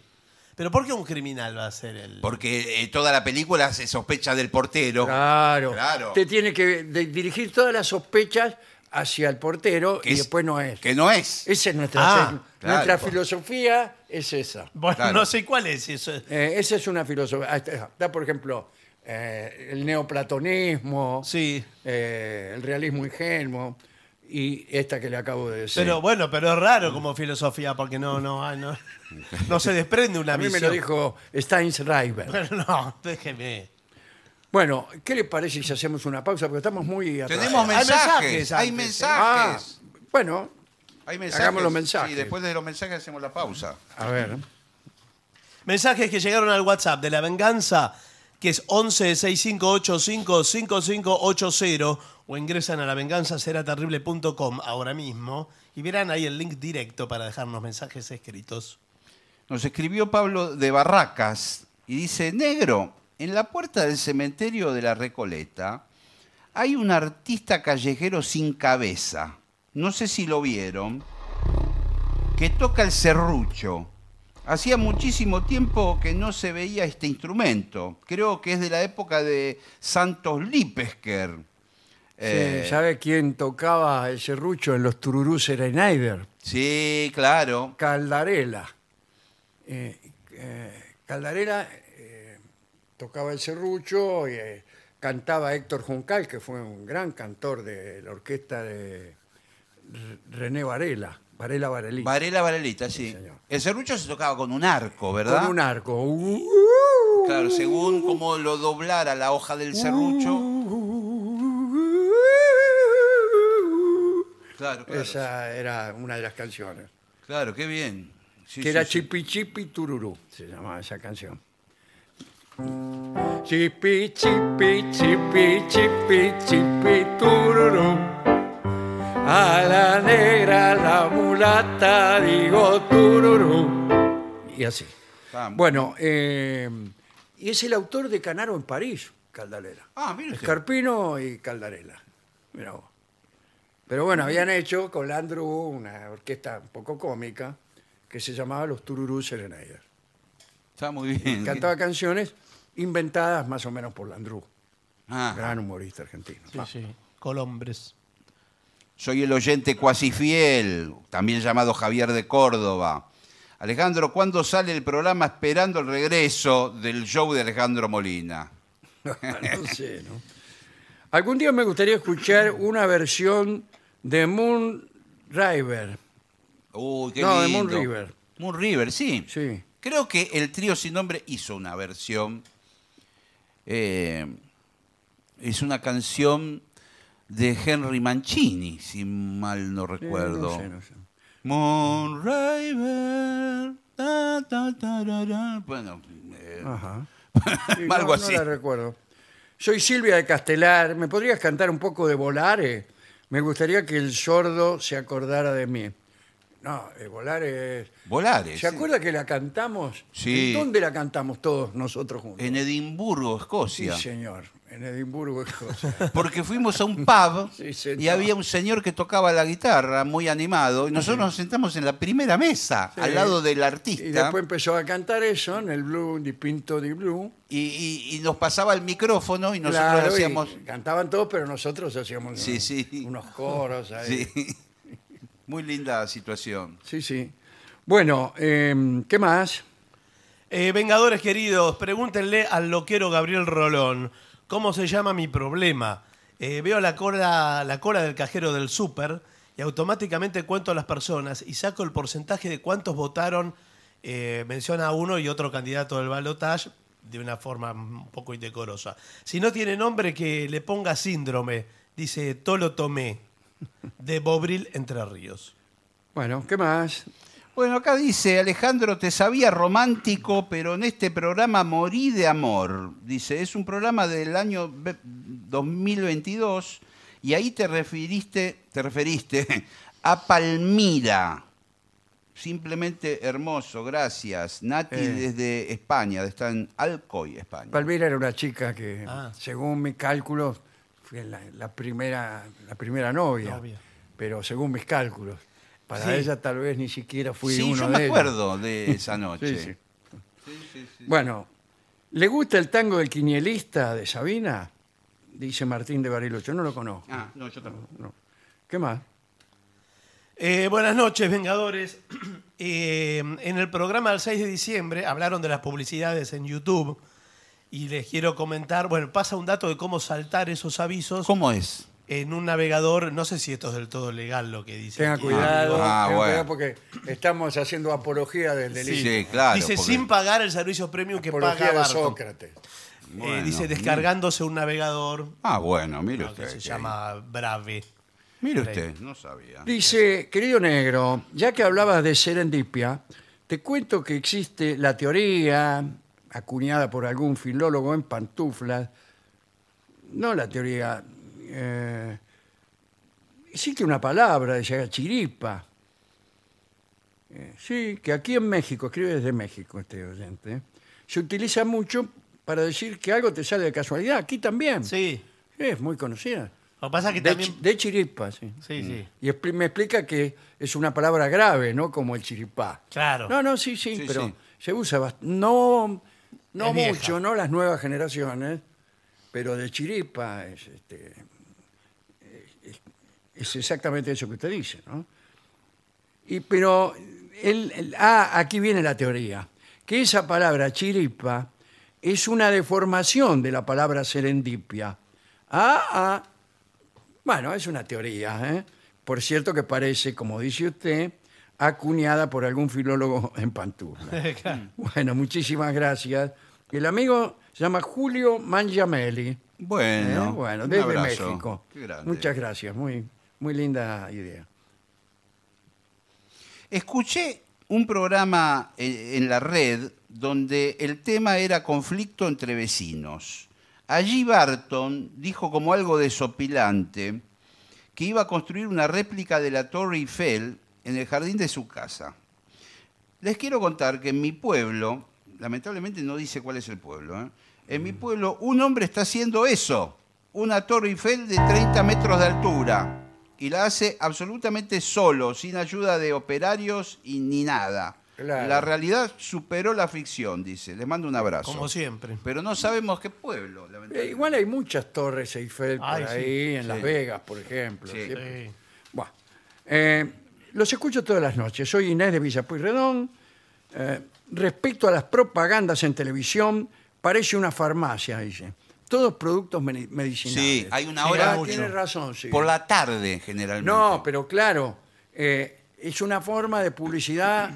B: Pero ¿por qué un criminal va a ser el.?
C: Porque eh, toda la película se sospecha del portero.
A: Claro.
C: Claro.
A: Usted tiene que de- dirigir todas las sospechas hacia el portero
C: Que
A: y
C: es-
A: después no es.
C: Que no es.
A: Esa es nuestra,
B: Ah,
A: ten-
C: claro.
A: nuestra filosofía, es esa.
B: Bueno,
C: Claro.
B: no sé cuál es eso.
A: Eh, esa es una filosofía. Ah, Está, está, por ejemplo, eh, el neoplatonismo,
B: Sí.
A: eh, el realismo ingenuo y esta que le acabo de decir.
B: Pero bueno, pero es
A: Mm.
B: raro como filosofía, porque no, no, ah, no, no se desprende una
A: A mí me
B: misión.
A: lo dijo Steinschreiber.
B: Bueno, no, déjeme.
A: Bueno, ¿qué le parece si hacemos una pausa? Porque estamos muy atrasados.
C: Tenemos
B: Hay mensajes
C: mensajes. Hay
B: antes,
A: Ah,
C: mensajes.
A: bueno,
C: Hay mensajes.
A: Ah. Hagamos los mensajes.
C: Sí, después de los mensajes hacemos la pausa.
A: a ver.
B: Mensajes que llegaron al WhatsApp de la venganza, que es 1165855580, o ingresan a lavenganzaseraterrible.com ahora mismo y verán ahí el link directo para dejarnos mensajes escritos.
C: Nos escribió Pablo de Barracas y dice, negro, en la puerta del cementerio de la Recoleta Hay un artista callejero sin cabeza, no sé si lo vieron, que toca el serrucho. Hacía muchísimo tiempo que no se veía este instrumento. Creo que es de la época de Santos Lipesker. Eh,
A: Sí, ¿Sabe quién tocaba el serrucho en los Tururú Serenaider?
C: sí, claro.
A: Caldarela. Eh, eh, Caldarela eh, tocaba el serrucho y eh, cantaba Héctor Juncal, que fue un gran cantor de la orquesta de R- René Varela, Varela Varelí.
C: Varela Varelita, sí.
A: señor.
C: el serrucho se tocaba con un arco, ¿verdad?
A: Con un arco. Uh,
C: Claro, según cómo lo doblara la hoja del serrucho. Claro, claro.
A: Esa era una de las canciones.
C: Claro, qué bien. Sí,
A: que
C: sí,
A: era
C: sí.
A: Chipi Chipi Tururú, se llamaba esa canción. Chipi Chipi Chipi Chipi Chipi Tururú. A la negra, la mulata, digo Tururú. Y así.
C: Ah,
A: Bueno, eh, y es el autor de Canaro en París, Caldarela.
C: Ah, mire usted.
A: Escarpino y Caldarela. Mirá vos. Pero bueno, habían hecho con Landru una orquesta un poco cómica que se llamaba Los Tururú Serenaider.
C: Está muy bien.
A: Cantaba canciones inventadas más o menos por Landru,
C: Ah,
A: gran humorista argentino.
B: Sí,
A: Ah,
B: sí. Colombres.
C: soy el oyente cuasi fiel, también llamado Javier de Córdoba. Alejandro, ¿cuándo sale el programa esperando el regreso del show de Alejandro Molina?
A: no sé, ¿no? Algún día me gustaría escuchar una versión de Moon River.
C: Uy, qué
A: No, de
C: lindo.
A: Moon River.
C: Moon River, sí.
A: Sí.
C: Creo que el trío sin nombre hizo una versión. eh, es una canción de Henry Mancini, si mal no
A: Sí,
C: recuerdo.
A: Eh, no sé, no sé.
C: Moon River. ta, ta, ta, ra, ra. Bueno, eh,
A: Ajá. Ah, Sí,
C: algo
A: no,
C: así.
A: No la recuerdo. Soy Silvia de Castelar. ¿Me podrías cantar un poco de Volare? Me gustaría que el sordo se acordara de mí. No, eh, Volare es...
C: Volares.
A: ¿Se
C: sí.
A: acuerda que la cantamos?
C: Sí.
A: ¿En ¿Dónde la cantamos todos nosotros juntos?
C: En Edimburgo,
A: Sí,
C: Escocia.
A: señor. En Edimburgo. Escocia.
C: Porque fuimos a un pub
A: Sí, señor.
C: y había un señor que tocaba la guitarra muy animado. Y nosotros nos sentamos en la primera mesa,
A: Sí.
C: al lado del artista.
A: y después empezó a cantar eso en el Blue, Di Pinto Di Blue.
C: y, y- y nos pasaba el micrófono y nosotros
A: Claro, y
C: hacíamos.
A: Cantaban todos, pero nosotros hacíamos
C: Sí,
A: unos,
C: sí.
A: unos coros ahí.
C: Sí. Muy linda situación.
A: Sí, sí. Bueno, em, ¿qué más?
B: Eh, Vengadores queridos, pregúntenle al loquero Gabriel Rolón, ¿cómo se llama mi problema? Eh, veo la cola, la cola del cajero del súper y automáticamente cuento a las personas y saco el porcentaje de cuántos votaron, eh, menciona a uno y otro candidato del balotaje de una forma un poco indecorosa. Si no tiene nombre, que le ponga síndrome, dice Tolo Tomé, de Bobril Entre Ríos.
A: Bueno, ¿qué más?
C: Bueno, acá dice Alejandro, te sabía romántico, pero en este programa morí de amor. Dice, es un programa del año ve- 2022 y ahí te referiste, te referiste a Palmira. Simplemente hermoso, gracias. Nati
A: Eh.
C: desde España, está en Alcoy, España.
A: Palmira era una chica que,
B: Ah.
A: según mis cálculos, fue la, la primera, la primera novia.
B: Novia.
A: Pero según mis cálculos, para
B: Sí.
A: ella tal vez ni siquiera fui
C: sí,
A: uno de
C: yo me
A: ellos.
C: acuerdo de esa
A: Sí,
C: noche.
A: sí. Bueno, ¿le gusta el tango del quinielista de Sabina? Dice Martín de Bariloche. No lo conozco.
C: Ah, no, yo tampoco.
A: No. ¿Qué más?
B: Eh, buenas noches, Vengadores. Eh, en el programa del 6 de diciembre hablaron de las publicidades en YouTube y les quiero comentar, bueno, pasa un dato de cómo saltar esos avisos
C: ¿Cómo es?
B: en un navegador, no sé si esto es del todo legal lo que dice.
A: Tenga
B: aquí.
A: cuidado,
C: Ah,
A: tenga
C: bueno.
A: cuidado porque estamos haciendo apología del delito.
C: Sí, claro.
B: dice
C: porque-
B: sin pagar el servicio premium que
A: apología
B: paga
A: de
B: Barton.
A: Sócrates.
B: Eh,
C: Bueno,
B: dice
C: mire.
B: descargándose un navegador
C: Ah, bueno, mire usted.
B: que se
C: que-
B: llama Brave.
C: Mire usted, no sabía.
A: Dice, querido negro, ya que hablabas de serendipia, te cuento que existe la teoría, acuñada por algún filólogo en pantuflas, no la teoría, eh, existe una palabra, dice chiripa. Eh, sí, que aquí en México, escribe desde México este oyente, se utiliza mucho para decir que algo te sale de casualidad, aquí también.
B: Sí,
A: Sí, Sí, es muy conocida.
B: Lo que pasa es que
A: de, mm.
B: también.
A: chi- de chiripa, sí.
B: Sí, sí.
A: Y expli- me explica que es una palabra grave, ¿no? Como el chiripá.
B: Claro.
A: No, no, sí, sí,
C: Sí,
A: pero
C: sí.
A: se usa bast- No, no
B: Es vieja.
A: mucho, no las nuevas generaciones, pero de chiripa es, este, es- es exactamente eso que usted dice, ¿no? Y, pero, el- el- ah, aquí viene la teoría, que esa palabra chiripa es una deformación de la palabra serendipia. Ah, ah, bueno, es una teoría, ¿eh? Por cierto que parece, como dice usted, acuñada por algún filólogo en Pantufla.
B: Claro.
A: Bueno, muchísimas gracias. El amigo se llama Julio Mangiamelli. ¿eh?
C: Bueno,
A: bueno
C: un
A: desde
C: abrazo.
A: México.
C: Qué grande.
A: Muchas gracias, muy, muy linda idea.
C: Escuché un programa eh, en la red donde el tema era conflicto entre vecinos. Allí Barton dijo como algo desopilante que iba a construir una réplica de la Torre Eiffel en el jardín de su casa. Les quiero contar que en mi pueblo, lamentablemente no dice cuál es el pueblo, ¿eh? en
A: Mm.
C: mi pueblo un hombre está haciendo eso, una Torre Eiffel de 30 metros de altura, y la hace absolutamente solo, sin ayuda de operarios y ni nada.
A: Claro.
C: La realidad superó la ficción, dice. Les mando un abrazo.
B: Como siempre.
C: Pero no sabemos qué pueblo,
A: Eh,
C: lamentablemente.
A: igual hay muchas torres Eiffel por
B: Ay, sí.
A: ahí, en Las
C: Sí.
A: Vegas, por ejemplo.
C: Sí.
A: ¿sí?
B: Sí.
A: Bueno, eh, los escucho todas las noches. Soy Inés de Villa Pueyrredón. Eh, respecto a las propagandas en televisión, parece una farmacia, dice. Todos productos meni- medicinales. ah,
C: Sí, hay una
B: Sí,
C: hora
B: hay mucho.
A: Tiene razón, sí.
C: por la tarde, generalmente.
A: No, pero claro, eh, es una forma de publicidad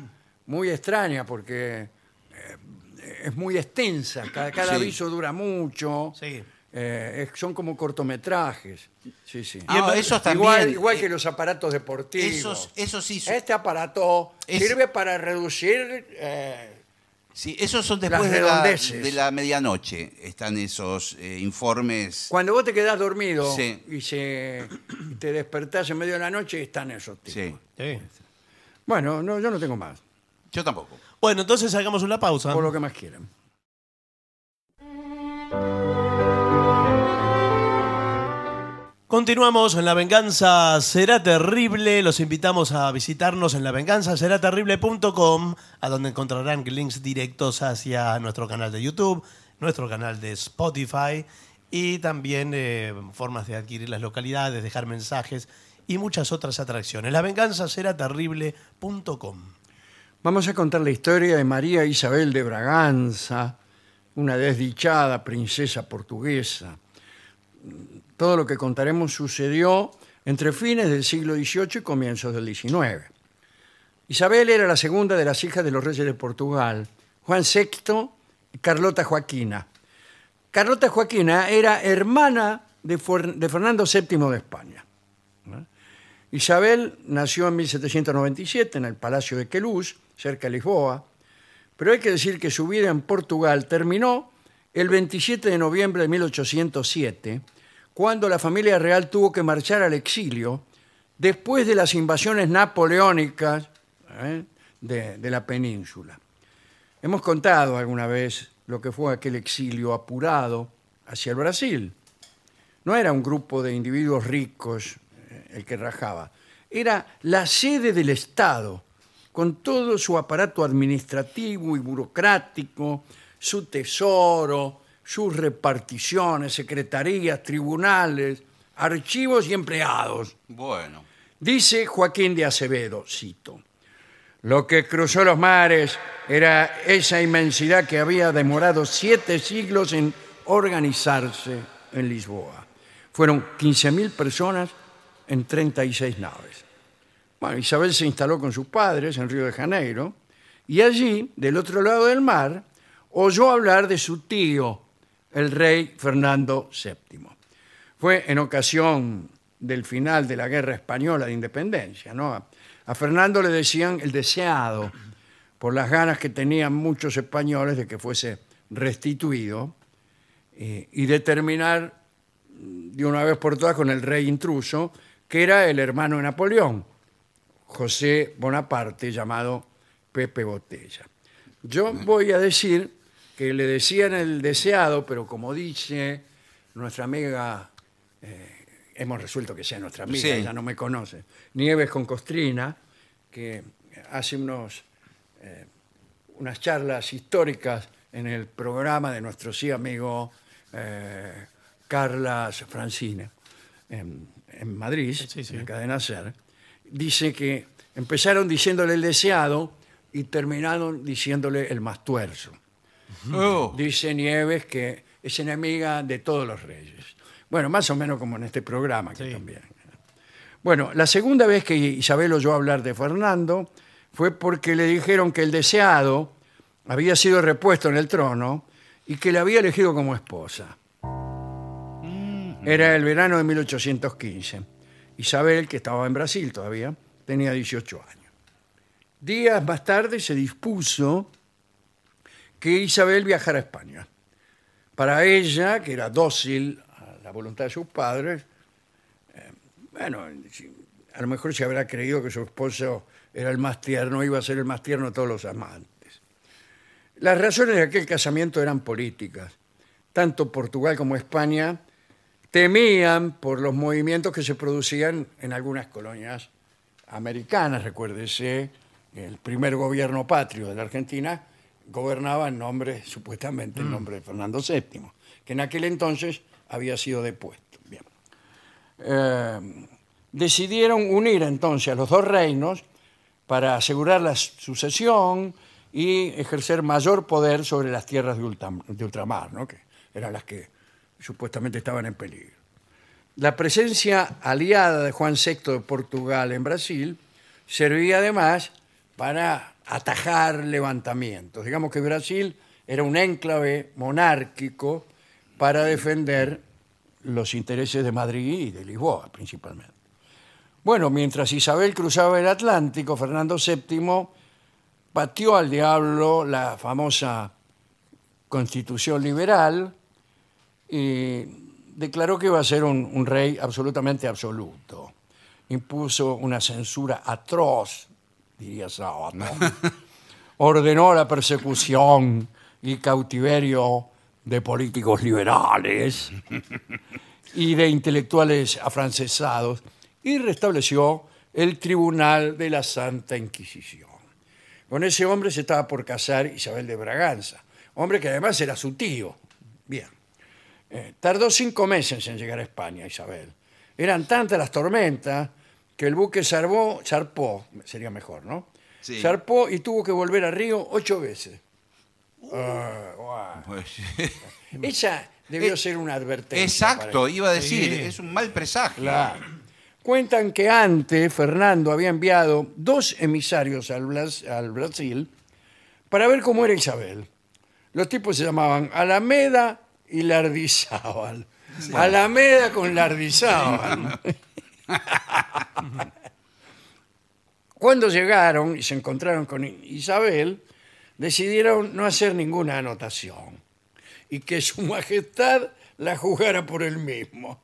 A: muy extraña porque eh, es muy extensa. Cada, cada
C: Sí.
A: aviso dura mucho.
B: Sí.
A: Eh, es- son como cortometrajes. Sí, sí.
C: Ah, esos también.
A: Igual, igual que
C: Eh,
A: los aparatos deportivos.
C: esos- esos sí son-
A: Este aparato
C: Es-
A: sirve para reducir. eh,
C: Sí, esos son
A: Las
C: después de la,
A: redondeces.
C: de la medianoche. Están esos eh, informes.
A: cuando vos te quedás dormido
C: Sí.
A: y, se, y te despertás en medio de la noche, están esos tipos.
C: Sí.
B: Sí.
A: Bueno, no, yo no tengo más.
C: Yo tampoco.
B: Bueno, entonces hagamos una pausa.
A: Por lo que más quieran.
B: Continuamos en La Venganza Será Terrible. Los invitamos a visitarnos en lavenganzaseraterrible.com, a donde encontrarán links directos hacia nuestro canal de YouTube, nuestro canal de Spotify y también eh, formas de adquirir las localidades, dejar mensajes y muchas otras atracciones. Lavenganzaseraterrible.com.
A: Vamos a contar la historia de María Isabel de Braganza, una desdichada princesa portuguesa. Todo lo que contaremos sucedió entre fines del siglo XVIII y comienzos del XIX. Isabel era la segunda de las hijas de los reyes de Portugal, Juan VI y Carlota Joaquina. Carlota Joaquina era hermana de, Fuer- de Fernando VII de España. Isabel nació en 1797 en el Palacio de Queluz, cerca de Lisboa, pero hay que decir que su vida en Portugal terminó el 27 de noviembre de 1807, cuando la familia real tuvo que marchar al exilio después de las invasiones napoleónicas ¿eh? de, de la península. Hemos contado alguna vez lo que fue aquel exilio apurado hacia el Brasil no era un grupo de individuos ricos eh, el que rajaba, era la sede del Estado, con todo su aparato administrativo y burocrático, su tesoro, sus reparticiones, secretarías, tribunales, archivos y empleados.
C: Bueno.
A: Dice Joaquín de Acevedo, cito, lo que cruzó los mares era esa inmensidad que había demorado siete siglos en organizarse en Lisboa. Fueron 15.000 personas en 36 naves. Bueno, Isabel se instaló con sus padres en Río de Janeiro y allí, del otro lado del mar, oyó hablar de su tío, el rey Fernando VII. Fue en ocasión del final de la Guerra Española de Independencia, ¿no? A, a Fernando le decían el deseado por las ganas que tenían muchos españoles de que fuese restituido eh, y de terminar de una vez por todas con el rey intruso, que era el hermano de Napoleón, José Bonaparte, llamado Pepe Botella. Yo voy a decir que le decían el deseado, pero como dice nuestra amiga eh, hemos resuelto que sea nuestra amiga,
C: Sí.
A: ella no me conoce. Nieves con Costrina, que hace unos, eh, unas charlas históricas en el programa de nuestro sí amigo eh, Carlas Francina en, en Madrid,
B: Sí, sí.
A: en la cadena SER, dice que empezaron diciéndole el deseado y terminaron diciéndole el más tuerzo.
C: Oh.
A: Dice Nieves que es enemiga de todos los reyes. Bueno, más o menos como en este programa que
B: Sí.
A: también. Bueno, la segunda vez que Isabel oyó hablar de Fernando fue porque le dijeron que el deseado había sido repuesto en el trono y que la había elegido como esposa. Era el verano de 1815. Isabel, que estaba en Brasil todavía, tenía 18 años. Días más tarde se dispuso que Isabel viajara a España. Para ella, que era dócil a la voluntad de sus padres, eh, bueno, si- a lo mejor se habrá creído que su esposo era el más tierno, iba a ser el más tierno de todos los amantes. Las razones de aquel casamiento eran políticas. Tanto Portugal como España temían por los movimientos que se producían en algunas colonias americanas. Recuérdese, el primer gobierno patrio de la Argentina gobernaba en nombre, supuestamente, en nombre de Fernando VII, que en aquel entonces había sido depuesto. Bien. Eh, decidieron unir entonces a los dos reinos para asegurar la sucesión y ejercer mayor poder sobre las tierras de, ultram- de ultramar, ¿no? que eran las que supuestamente estaban en peligro. La presencia aliada de Juan VI de Portugal en Brasil servía además para atajar levantamientos. Digamos que Brasil era un enclave monárquico para defender los intereses de Madrid y de Lisboa principalmente. Bueno, mientras Isabel cruzaba el Atlántico, Fernando VII pateó al diablo la famosa constitución liberal y declaró que iba a ser un, un rey absolutamente absoluto. Impuso una censura atroz, diría Sábato. Ordenó la persecución y cautiverio de políticos liberales y de intelectuales afrancesados y restableció el Tribunal de la Santa Inquisición. Con ese hombre se estaba por casar Isabel de Braganza, hombre que además era su tío. Bien. Eh, tardó cinco meses en llegar a España, Isabel. Eran tantas las tormentas que el buque zarpó, zarpó sería mejor, ¿no?
C: Sí.
A: Zarpó y tuvo que volver a Río ocho veces. Ah, guau.
C: Pues,
A: Esa debió
C: Eh,
A: ser una advertencia. para
C: Exacto, iba a decir,
B: Sí.
C: es un mal presagio.
A: Claro. Cuentan que antes Fernando había enviado dos emisarios al, Blas- al Brasil para ver cómo era Isabel. Los tipos se llamaban Alameda y Lardizábal. Alameda con Lardizábal. Cuando llegaron y se encontraron con Isabel, decidieron no hacer ninguna anotación y que su majestad la juzgara por él mismo.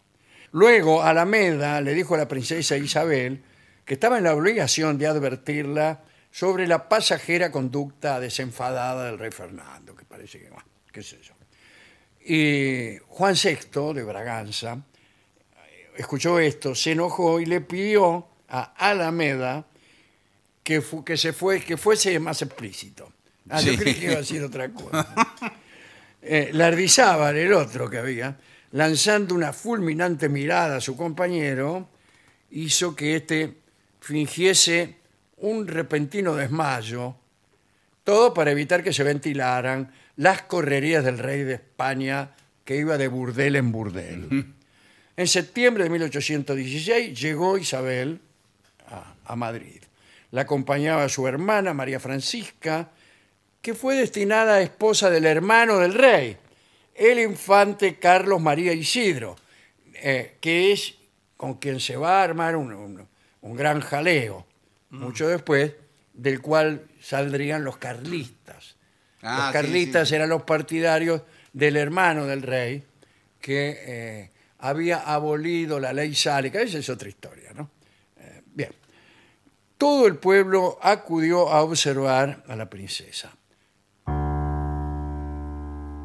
A: Luego Alameda le dijo a la princesa Isabel que estaba en la obligación de advertirla sobre la pasajera conducta desenfadada del rey Fernando, que parece que, bueno, qué sé yo. Y Juan VI de Braganza eh, escuchó esto, se enojó y le pidió a Alameda que, fu- que, se fue, que fuese más explícito. Ah, yo
C: Sí.
A: creí que iba a decir otra cosa. Eh, Lardizábal, el otro que había, lanzando una fulminante mirada a su compañero, hizo que éste fingiese un repentino desmayo, todo para evitar que se ventilaran las correrías del rey de España que iba de burdel en burdel. En septiembre de 1816 llegó Isabel a, a Madrid. La acompañaba su hermana María Francisca, que fue destinada a esposa del hermano del rey, el infante Carlos María Isidro, eh, que es con quien se va a armar un, un- un gran jaleo, mucho después, del cual saldrían los carlistas.
C: Ah,
A: los
C: sí,
A: carlistas
C: sí.
A: eran los partidarios del hermano del rey, que eh, había abolido la ley sálica. Esa es otra historia, ¿no? Eh, bien todo el pueblo acudió a observar a la princesa.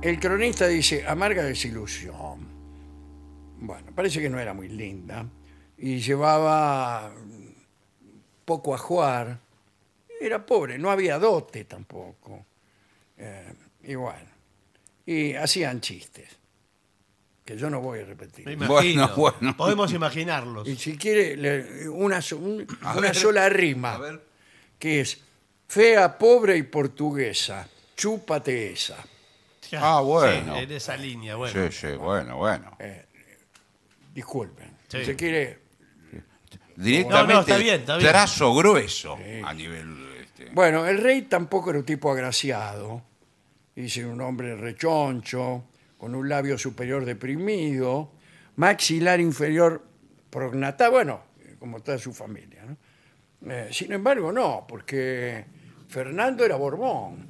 A: El cronista dice, amarga desilusión. Bueno, parece que no era muy linda. Y llevaba mm, poco a jugar. Era pobre, no había dote tampoco. Eh, y bueno, y hacían chistes, que yo no voy a
B: Me
A: repetir.
B: imagino.
C: Bueno, bueno.
B: Podemos imaginarlos.
A: Y si quiere, le- una, so- un-
C: A
A: una
C: ver.
A: sola rima,
C: A ver.
A: que es fea, pobre y portuguesa, chúpate esa.
C: Ah, bueno.
B: Sí, en esa línea, bueno.
C: Sí, sí, bueno, bueno.
A: Eh. Disculpen.
B: Sí.
A: Si quiere,
C: Directamente,
B: No, no, está bien, está bien.
C: trazo grueso a nivel. este,
A: Bueno, el rey tampoco era un tipo agraciado. Dice un hombre rechoncho, con un labio superior deprimido, maxilar inferior prognatado, bueno, como toda su familia. ¿no? Eh, sin embargo, no, porque Fernando era Borbón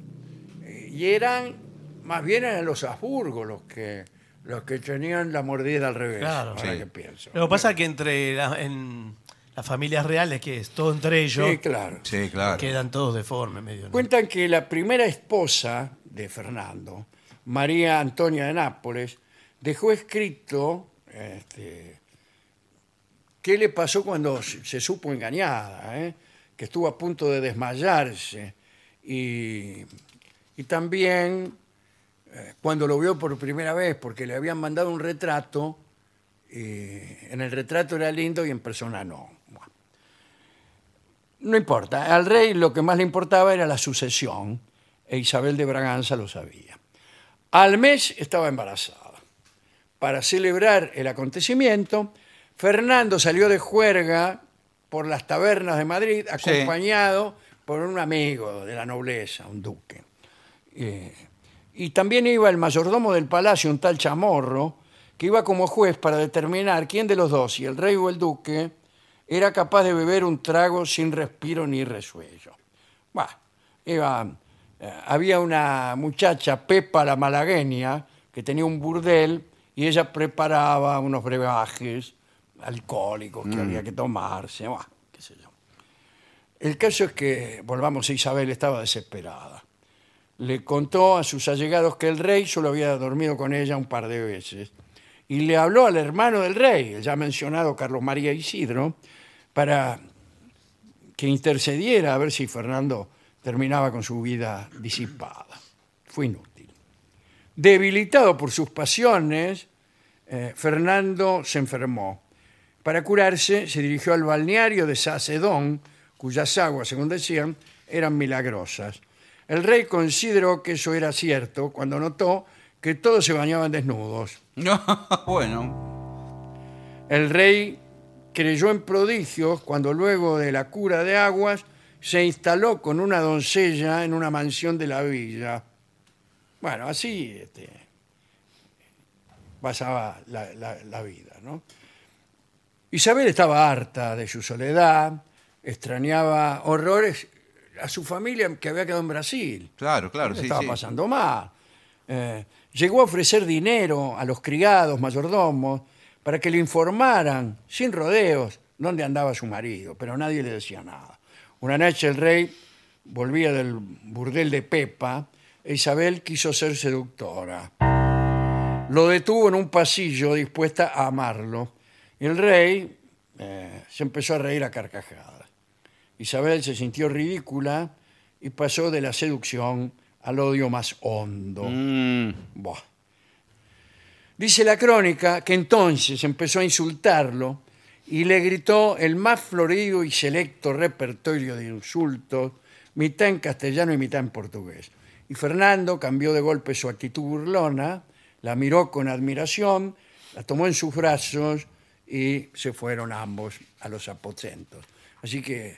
A: eh, y eran, más bien eran los Habsburgo los que, los que tenían la mordida al revés,
B: Claro.
A: ahora
C: Sí.
A: que pienso.
B: Lo que pasa es que entre la- en las familias reales, que es todo entre ellos,
A: Sí, claro.
C: Sí, claro.
B: quedan todos deformes medio. ¿no?
A: Cuentan que la primera esposa de Fernando, María Antonia de Nápoles, dejó escrito este, qué le pasó cuando se se supo engañada, ¿eh? que estuvo a punto de desmayarse y, y también eh, cuando lo vio por primera vez, porque le habían mandado un retrato, y Eh, en el retrato era lindo y en persona no. Bueno. No importa, al rey lo que más le importaba era la sucesión, e Isabel de Braganza lo sabía. Al mes estaba embarazada. Para celebrar el acontecimiento, Fernando salió de juerga por las tabernas de Madrid,
C: Sí.
A: acompañado por un amigo de la nobleza, un duque. Eh, y también iba el mayordomo del palacio, un tal Chamorro, que iba como juez para determinar quién de los dos, si el rey o el duque, era capaz de beber un trago sin respiro ni resuello. Bah, iba, eh, había una muchacha, Pepa la malagueña, que tenía un burdel y ella preparaba unos brebajes alcohólicos que había que tomarse, bah, qué sé yo. El caso es que, volvamos a Isabel, estaba desesperada le contó a sus allegados que el rey solo había dormido con ella un par de veces. Y le habló al hermano del rey, el ya mencionado Carlos María Isidro, para que intercediera a ver si Fernando terminaba con su vida disipada. Fue inútil. Debilitado por sus pasiones, eh, Fernando se enfermó. Para curarse, se dirigió al balneario de Sacedón, cuyas aguas, según decían, eran milagrosas. El rey consideró que eso era cierto cuando notó que todos se bañaban desnudos.
C: No, bueno.
A: El rey creyó en prodigios cuando luego de la cura de aguas se instaló con una doncella en una mansión de la villa. Bueno, así este, pasaba la, la- la vida, ¿no? Isabel estaba harta de su soledad, extrañaba horrores a su familia que había quedado en Brasil.
C: Claro, claro,
A: Le
C: sí,
A: estaba
C: sí.
A: pasando mal. Eh, llegó a ofrecer dinero a los criados, mayordomos, para que le informaran, sin rodeos, dónde andaba su marido, pero nadie le decía nada. Una noche el rey volvía del burdel de Pepa e Isabel quiso ser seductora. Lo detuvo en un pasillo dispuesta a amarlo. Y el rey eh, se empezó a reír a carcajadas. Isabel se sintió ridícula y pasó de la seducción al odio más hondo.
C: Mm,
A: Buah. Dice la crónica que entonces empezó a insultarlo y le gritó el más florido y selecto repertorio de insultos, mitad en castellano y mitad en portugués. Y Fernando cambió de golpe su actitud burlona, la miró con admiración, la tomó en sus brazos y se fueron ambos a los aposentos. Así que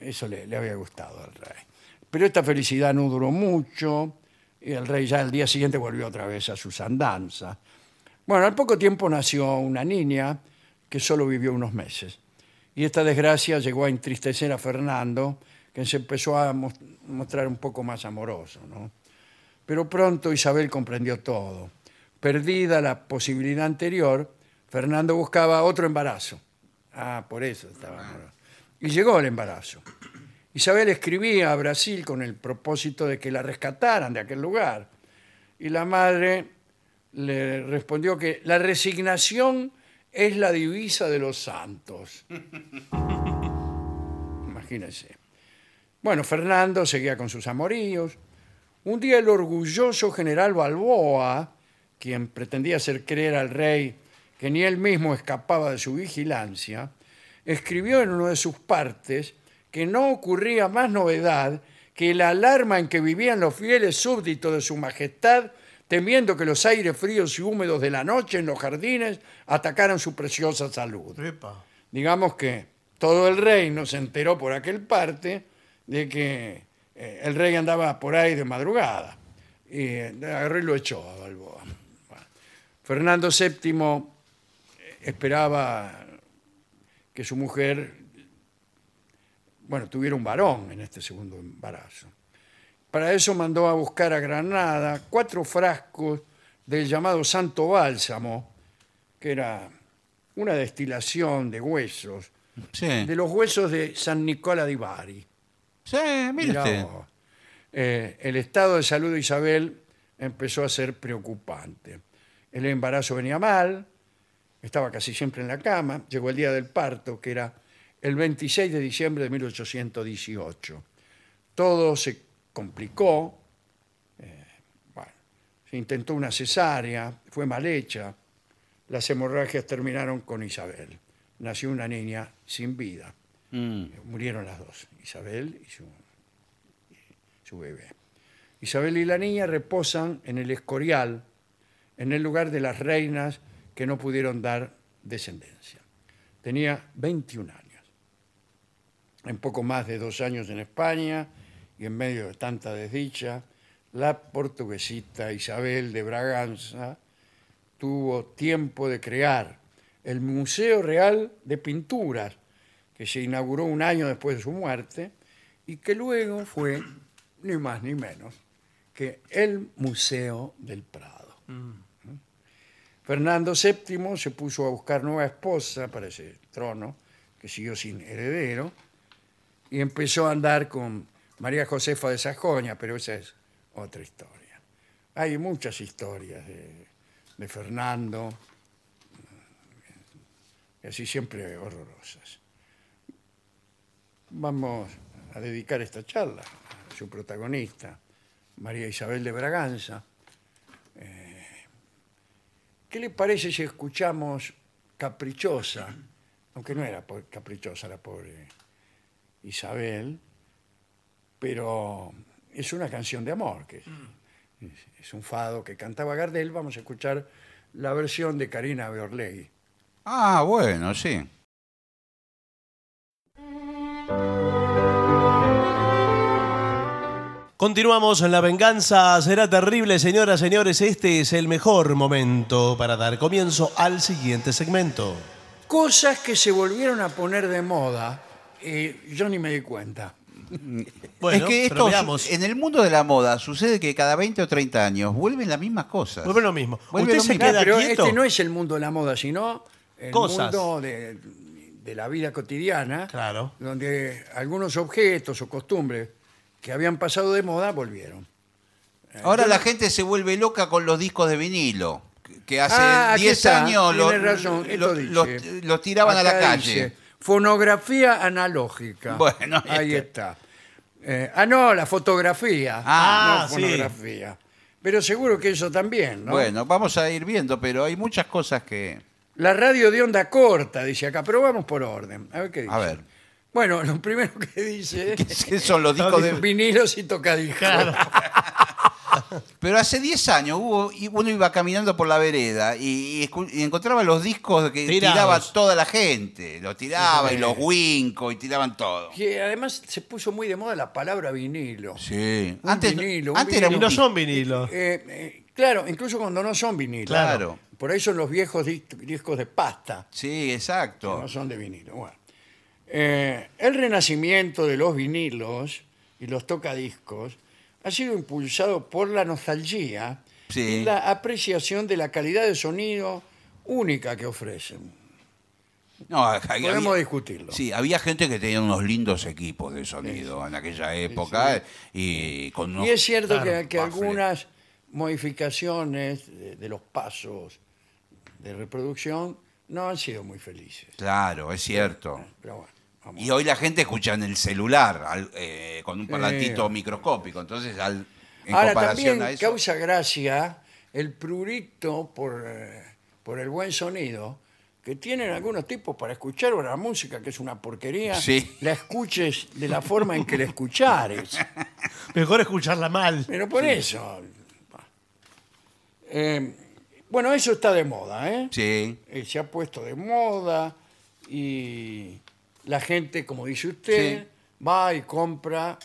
A: eso le, le había gustado al rey. Pero esta felicidad no duró mucho y el rey ya al día siguiente volvió otra vez a sus andanzas. Bueno, al poco tiempo nació una niña que solo vivió unos meses. Y esta desgracia llegó a entristecer a Fernando, que se empezó a mos- mostrar un poco más amoroso. ¿no? Pero pronto Isabel comprendió todo. Perdida la posibilidad anterior, Fernando buscaba otro embarazo. Ah, por eso estaba amoroso. Y llegó el embarazo. Isabel escribía a Brasil con el propósito de que la rescataran de aquel lugar. Y la madre le respondió que la resignación es la divisa de los santos. Imagínense. Bueno, Fernando seguía con sus amoríos. Un día el orgulloso general Balboa, quien pretendía hacer creer al rey que ni él mismo escapaba de su vigilancia, escribió en uno de sus partes que no ocurría más novedad que la alarma en que vivían los fieles súbditos de su majestad, temiendo que los aires fríos y húmedos de la noche en los jardines atacaran su preciosa salud.
B: Epa.
A: Digamos que todo el reino se enteró por aquel parte de que eh, el rey andaba por ahí de madrugada. Y eh, agarró y lo echó a Balboa. Bueno. Fernando VII eh, esperaba que su mujer, bueno, tuviera un varón en este segundo embarazo. Para eso mandó a buscar a Granada cuatro frascos del llamado Santo Bálsamo, que era una destilación de huesos,
C: Sí.
A: de los huesos de San Nicola di Bari.
C: Sí, mire
A: Mirá
C: usted.
A: vos. Eh, el estado de salud de Isabel empezó a ser preocupante. El embarazo venía mal, estaba casi siempre en la cama. Llegó el día del parto, que era el 26 de diciembre de 1818. Todo se complicó. eh, bueno, se intentó una cesárea, fue mal hecha. Las hemorragias terminaron con Isabel. Nació una niña sin vida
C: Mm.
A: murieron las dos, Isabel y su, su bebé. Isabel y la niña reposan en el Escorial, en el lugar de las reinas que no pudieron dar descendencia. Tenía 21 años. En poco más de dos años en España y en medio de tanta desdicha, la portuguesita Isabel de Braganza tuvo tiempo de crear el Museo Real de Pinturas, que se inauguró un año después de su muerte y que luego fue, ni más ni menos, que el Museo del Prado. Fernando VII se puso a buscar nueva esposa para ese trono, que siguió sin heredero, y empezó a andar con María Josefa de Sajonia, pero esa es otra historia. Hay muchas historias de, de Fernando, y así siempre horrorosas. Vamos a dedicar esta charla a su protagonista, María Isabel de Braganza. Eh, ¿Qué le parece si escuchamos Caprichosa? Aunque no era po- caprichosa la pobre Isabel, pero es una canción de amor, que es, es- es un fado que cantaba Gardel. Vamos a escuchar la versión de Karina Beorlegui.
C: Ah, bueno, sí.
B: Continuamos en La Venganza. Será terrible, señoras, señores. Este es el mejor momento para dar comienzo al siguiente segmento.
A: Cosas que se volvieron a poner de moda y yo ni me di cuenta.
B: Bueno,
C: es que
B: pero
C: esto,
B: veamos.
C: en el mundo de la moda, sucede que cada 20 o 30 años vuelven las mismas cosas.
B: Vuelve lo mismo.
C: Vuelve
B: Usted
C: lo
B: se
C: mismo.
A: Claro,
B: queda
A: pero
B: quieto.
A: este no es el mundo de la moda, sino el
B: Cosas.
A: mundo de, de la vida cotidiana,
B: Claro.
A: donde algunos objetos o costumbres que habían pasado de moda volvieron.
C: Ahora la gente se vuelve loca con los discos de vinilo, que- que hace
A: Ah, aquí
C: 10
A: está,
C: años lo-
A: tiene razón, esto
C: lo-
A: dice.
C: los, los tiraban a la
A: Acá
C: calle.
A: dice, fonografía analógica.
C: Bueno, este. ahí
A: ahí está. Eh, ah, no, la fotografía.
B: Ah,
A: no,
B: sí.
A: fonografía. Pero seguro que eso también, ¿no?
C: Bueno, vamos a ir viendo, pero hay muchas cosas que...
A: La radio de onda corta, dice acá, pero vamos por orden. A ver qué dice.
C: A ver.
A: Bueno, lo primero que dice
C: que
A: es
C: que son los discos de...
A: vinilos y tocadiscos.
C: Pero hace 10 años hubo, y uno iba caminando por la vereda y, y escu- y encontraba los discos que
B: Tirados.
C: tiraba toda la gente. Los tiraba y
A: Sí.
C: los wincos y tiraban todo.
A: Que además se puso muy de moda la palabra vinilo.
C: Sí.
A: Un
C: antes
A: vinilo, un
C: antes
A: vinilo.
C: era
B: Y
C: un
B: no
C: disco.
B: son vinilos.
A: Eh, eh, claro, incluso cuando no son vinilos.
C: Claro.
A: Por ahí son los viejos dis- discos de pasta.
C: Sí, exacto.
A: No son de vinilo. bueno. Eh, el renacimiento de los vinilos y los tocadiscos ha sido impulsado por la nostalgia
C: Sí.
A: y la apreciación de la calidad de sonido única que ofrecen.
C: No, había-
A: Podemos discutirlo.
C: Sí, había gente que tenía unos lindos equipos de sonido en aquella época y con unos-
A: y es cierto
C: claro,
A: que, que
C: baffles.
A: algunas modificaciones de, de los pasos de reproducción no han sido muy felices.
C: Claro, es cierto.
A: Pero bueno, vamos.
C: Y hoy la gente escucha en el celular al- eh, con un parlantito
A: Sí.
C: microscópico. Entonces, al- en
A: Ahora
C: comparación
A: también
C: a eso.
A: causa gracia el prurito por, eh, por el buen sonido que tienen algunos tipos para escuchar ahora la música, que es una porquería,
C: Sí.
A: la escuches de la forma en que la escuchares.
B: Mejor escucharla mal.
A: Pero por eso. Eh, bueno, eso está de moda, ¿eh?
C: Sí,
A: Eh, Se ha puesto de moda y la gente, como dice usted, va y compra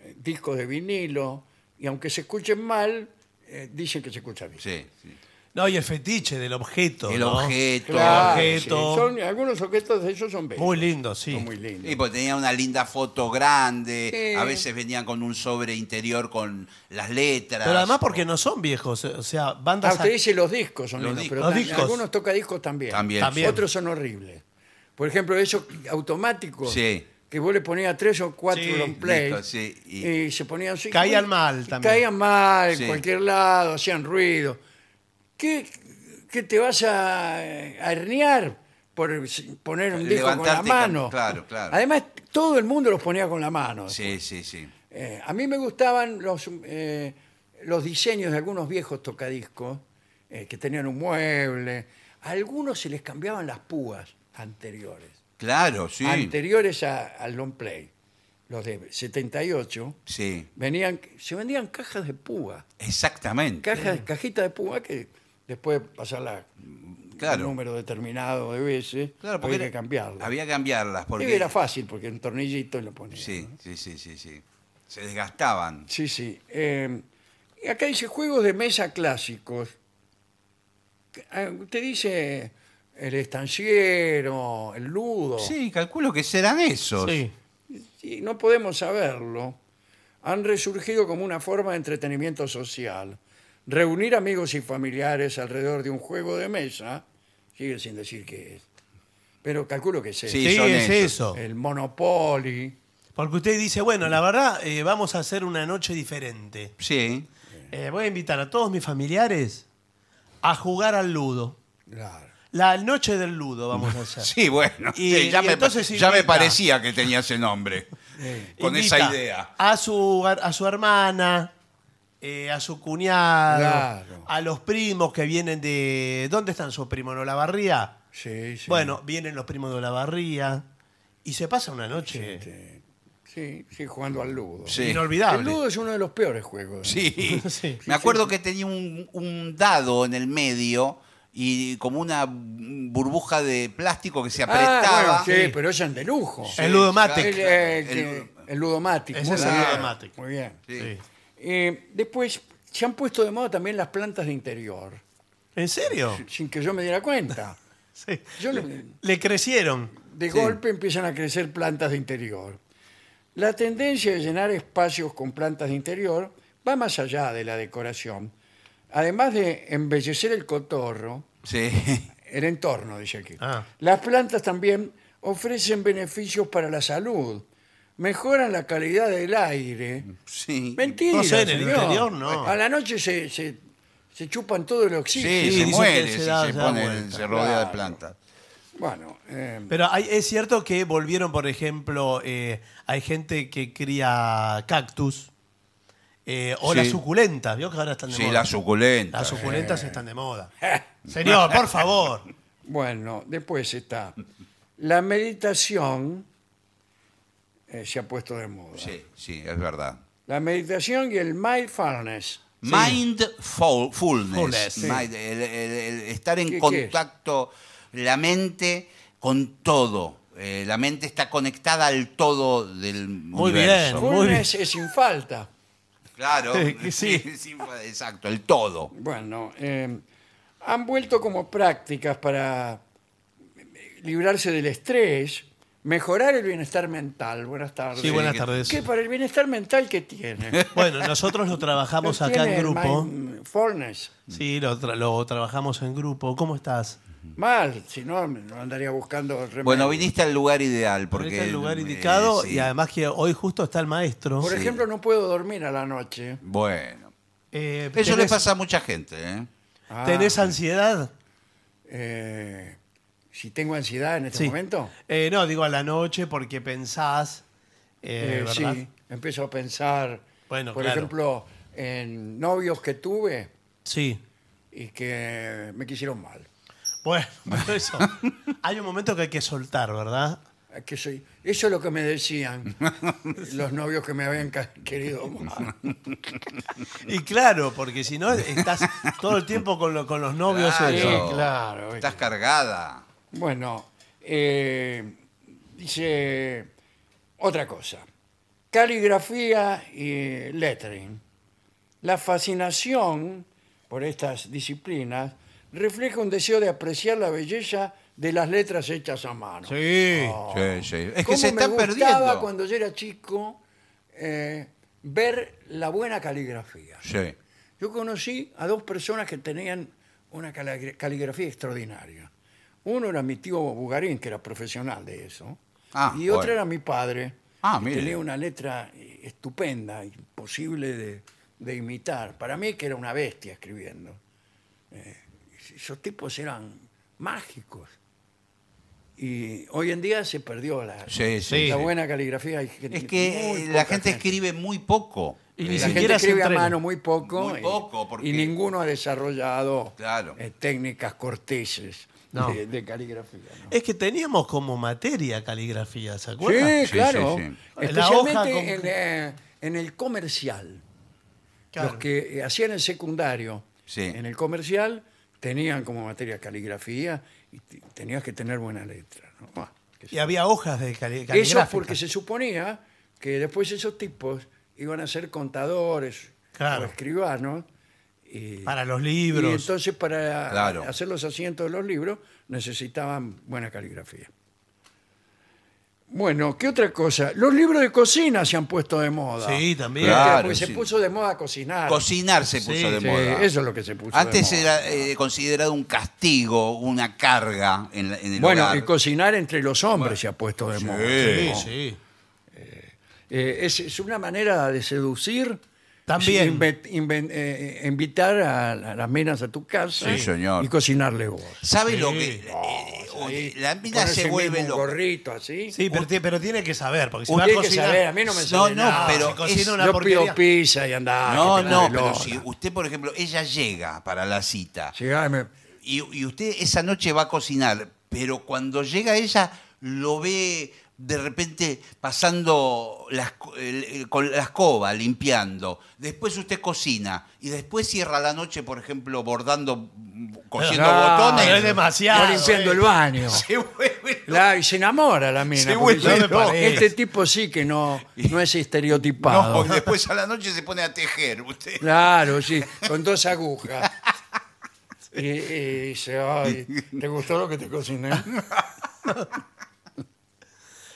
A: eh, discos de vinilo y aunque se escuchen mal, eh, dicen que se escucha bien.
C: sí. sí.
B: No, y el fetiche del objeto.
C: El
B: ¿no?
C: objeto.
B: Claro.
A: sí.
B: objeto.
A: Son- algunos objetos de ellos son bellos.
B: Muy lindo, sí.
A: Son muy lindos.
C: Sí, porque pues tenía una linda foto grande,
A: Sí.
C: a veces venían con un sobre interior con las letras.
B: Pero además porque no son viejos. O sea,
A: Ah,
B: bandas.
A: usted dice los discos son
C: Los
A: lindos,
C: discos.
A: pero
B: Los
A: también-
B: discos.
A: algunos toca discos también.
C: También.
B: También.
A: Otros son horribles. Por ejemplo, esos automáticos
C: Sí.
A: que vos le ponías tres o cuatro
B: Sí,
A: long play
C: discos, sí,
A: y,
C: y-
A: se ponían así.
B: Caían
A: y-
B: mal
A: y
B: también.
A: Caían mal en
C: Sí.
A: cualquier lado, hacían ruido. ¿Qué, qué te vas a, a herniar por poner un disco con la
C: Levantarte y cam-
A: mano?
C: claro, claro.
A: Además, todo el mundo los ponía con la mano.
C: Sí, sí, sí.
A: Eh, a mí me gustaban los, eh, los diseños de algunos viejos tocadiscos eh, que tenían un mueble. A algunos se les cambiaban las púas anteriores,
C: Claro, sí.
A: anteriores a- al long play. Los de 78
C: Sí,
A: venían, se vendían cajas de púa,
C: exactamente.
A: cajas, cajitas de púa que después de pasarla un
C: Claro.
A: número determinado de veces,
C: Claro,
A: había
C: porque
A: que cambiarla.
C: Había que cambiarlas.
A: Y
C: Porque,
A: era fácil porque un tornillito y lo ponía.
C: sí, sí, sí, sí, sí. Se desgastaban.
A: Sí, sí. Eh, y acá dice juegos de mesa clásicos. Ah, Usted dice el estanciero, el ludo.
C: Sí, calculo que serán esos.
B: Sí.
A: Sí, no podemos saberlo. Han resurgido como una forma de entretenimiento social. Reunir amigos y familiares alrededor de un juego de mesa, sigue sin decir qué es. Pero calculo que es ese.
C: Sí,
B: Sí,
C: son
B: es eso.
C: esos.
A: El Monopoly.
B: Porque usted dice, bueno, la verdad, eh, vamos a hacer una noche diferente.
C: Sí.
B: Eh, voy a invitar a todos mis familiares a jugar al ludo.
A: Claro.
B: La noche del ludo vamos a hacer.
C: Sí, bueno.
B: Y-
C: sí, ya
B: y
C: me,
B: entonces
C: ya
B: invita.
C: me
B: Eh,
C: parecía que tenía ese nombre. Con
B: Invita
C: esa idea.
B: A su, a su hermana, eh, a su cuñado,
A: Claro.
B: a los primos que vienen de. ¿Dónde están sus primos? ¿En Olavarría?
A: Sí, sí.
B: Bueno, vienen los primos de Olavarría y se pasa una noche
A: Sí, sí, jugando al ludo.
C: Sí.
A: El
B: inolvidable.
A: ludo es uno de los peores juegos.
C: Sí.
B: Sí.
C: Me acuerdo que tenía un, un dado en el medio y como una burbuja de plástico que se apretaba.
A: Ah, bueno, sí, pero ese es de lujo.
B: El ludomatic.
A: El, eh, que- el ludomatic.
B: Ese
A: muy
B: es el
A: bien.
B: ludomatic.
A: Muy bien.
C: Sí.
B: Sí.
A: Eh, después, se han puesto de moda también las plantas de interior,
B: ¿En serio?
A: sin que yo me diera cuenta.
B: Sí.
A: Yo lo-
B: Le crecieron.
A: de
C: Sí.
A: golpe empiezan a crecer plantas de interior. La tendencia de llenar espacios con plantas de interior va más allá de la decoración. Además de embellecer el cotorro,
C: Sí.
A: el entorno, dice aquí.
B: Ah.
A: Las plantas también ofrecen beneficios para la salud, mejoran la calidad del aire.
C: Sí.
A: Mentira,
B: No sé, en el
A: señor.
B: interior no.
A: A la noche se, se, se chupan todo el
C: Sí,
A: oxígeno.
B: dicen
C: se
B: que
C: muere,
B: se
C: sí, se,
B: da- se da
C: pone-
B: vuelta.
C: se rodea de
A: Claro.
C: plantas.
A: Bueno, eh,
B: Pero hay- es cierto que volvieron, por ejemplo, eh, hay gente que cría cactus eh, o
C: Sí.
B: las suculentas. ¿Vio que ahora están de
C: Sí,
B: moda?
C: la suculenta.
B: Las suculentas están de moda. Señor, por favor.
A: eh, bueno, después está. La meditación eh, se ha puesto de moda.
C: Sí, sí, es verdad.
A: La meditación y el mindfulness.
C: Mindfulness.
B: Fullness, sí.
C: Mind- el- el- el estar en
A: ¿Qué- qué
C: contacto, la mente con todo. Eh, la mente está conectada al todo del
B: Muy
C: universo.
B: Muy
A: Mindfulness es sin falta.
C: Claro,
B: Sí, sí.
C: sí, exacto, el todo.
A: Bueno, eh, han vuelto como prácticas para librarse del estrés, mejorar el bienestar mental. Buenas tardes.
B: Sí, buenas
C: que-
B: tardes.
A: ¿Qué para el bienestar mental que tiene?
B: Bueno, nosotros lo trabajamos acá en grupo.
A: Fornes.
B: Sí, lo, tra- lo trabajamos en grupo. ¿Cómo estás?
A: Mal, si no, no andaría buscando remedio.
C: Bueno, viniste al lugar ideal porque
B: Porque el este lugar
C: eh,
B: indicado
C: sí.
B: y además que hoy justo está el maestro.
A: Por
C: sí.
A: ejemplo, no puedo dormir a la noche
C: Bueno,
B: Eh,
C: Eso le
B: tenés-
C: pasa a mucha gente. ¿eh?
A: Ah,
B: ¿Tenés ansiedad?
A: eh, si tengo ansiedad en este momento,
B: Eh, no, digo a la noche porque pensás. eh,
A: eh,
B: ¿verdad?
A: sí, empiezo a pensar,
B: Bueno,
A: por
B: claro.
A: ejemplo, en novios que tuve
B: Sí.
A: y que me quisieron mal.
B: Bueno, por eso. Hay un momento que hay que soltar, ¿verdad?
A: Es Que soy, eso es lo que me decían los novios que me habían ca- querido mal.
B: Y claro, porque si no estás todo el tiempo con, lo- con los novios.
C: Claro.
B: eh,
A: Sí, claro.
C: Estás cargada.
A: Bueno, eh, dice otra cosa. Caligrafía y lettering. La fascinación por estas disciplinas refleja un deseo de apreciar la belleza de las letras hechas a mano. Oh.
B: Sí.
C: Sí, sí. Es que
A: ¿Cómo
C: se están
A: me
C: perdiendo.
A: gustaba cuando yo era chico eh, ver la buena caligrafía.
C: Sí.
A: Yo conocí a dos personas que tenían una cali- caligrafía extraordinaria. Uno era mi tío Bugarín, que era profesional de eso.
C: Ah,
A: y otro
C: bueno.
A: era mi padre,
C: Ah,
A: que
C: mire.
A: tenía una letra eh, estupenda, imposible de, de imitar. Para mí que era una bestia escribiendo. Eh, esos tipos eran mágicos. Y hoy en día se perdió la,
C: Sí, sí,
B: Sí.
A: la
C: sí.
A: buena caligrafía. Hay gente-
C: Es que
A: muy
C: eh, la
A: poca
C: gente escribe muy poco.
B: Y
C: Eh,
B: ni
A: la
B: siquiera
A: gente
B: se
A: escribe a
B: entrena.
A: mano muy poco.
C: Muy
A: y-
C: poco,
A: y,
C: porque-
A: ninguno ha desarrollado
C: Claro.
A: eh, técnicas corteses
B: No.
A: de, de caligrafía. ¿no?
B: Es que teníamos como materia caligrafía, ¿se acuerdan?
A: Sí,
C: Sí,
A: claro.
C: sí, sí.
A: Especialmente
B: La hoja con-
A: en, eh, en el comercial.
B: Claro.
A: Los que eh, hacían el secundario
C: Sí.
A: en el comercial tenían como materia caligrafía y te- tenías que tener buena letra. ¿no? Buah, qué sé
B: Y había hojas de cali-
A: Eso
B: caligráficas.
A: porque se suponía que después esos tipos iban a ser contadores
B: Claro.
A: o escribanos. y-
B: Para los libros.
A: Y entonces para
C: Claro.
A: hacer los asientos de los libros necesitaban buena caligrafía. Bueno, ¿qué otra cosa? Los libros de cocina se han puesto de moda.
B: Sí, también.
C: Claro.
A: porque se
C: sí.
A: puso de moda cocinar.
C: Cocinar se puso de
A: Sí,
C: moda.
A: Eso es lo que se puso
C: Antes
A: de moda.
C: era eh, considerado un castigo, una carga en, la- en el
A: Bueno,
C: hogar.
A: y cocinar entre los hombres se ha puesto de moda.
B: Sí,
C: Sí.
B: sí.
A: Eh, es, es una manera de seducir.
B: También.
A: Es inve- inven- eh, invitar a, la- a las minas a tu casa
C: Sí, señor.
A: y cocinarle vos.
C: ¿Sabe lo
B: Sí.
C: que? eh,
A: Ahí,
C: la mina
A: ponerse
C: se vuelve
A: mismo un
C: loca.
A: gorrito así.
B: Sí, pero, ti- pero tiene que saber, porque si va
A: Usted
B: a
A: hay que
B: cocinar...
A: saber, a mí no me
C: No,
A: sale
C: no,
A: nada.
C: pero
B: se cocina
C: es-
B: una
A: Yo
B: porquería.
A: pido pizza y andá.
C: No,
A: que te
C: no,
A: la
C: pero
A: lona.
C: si usted, por ejemplo, ella llega para la cita
A: Llegá y me-
C: y, y usted esa noche va a cocinar, pero cuando llega ella lo ve de repente pasando las co- el- el- con la escoba, limpiando. Después usted cocina y después cierra la noche, por ejemplo, bordando, cosiendo
A: Ah,
B: pero es
C: botones.
B: demasiado.
A: o limpiando
B: eh.
A: el baño.
C: Se vuelve
A: La- y se enamora la mina.
C: Se
A: porque
C: vuelve
A: dice,
B: loca.
A: este tipo sí que no, no es
C: loco
A: estereotipado.
C: y después a la noche se pone a tejer. Usted.
A: Claro, sí, con dos agujas. Y, y dice, ay, ¿te gustó lo que te cociné?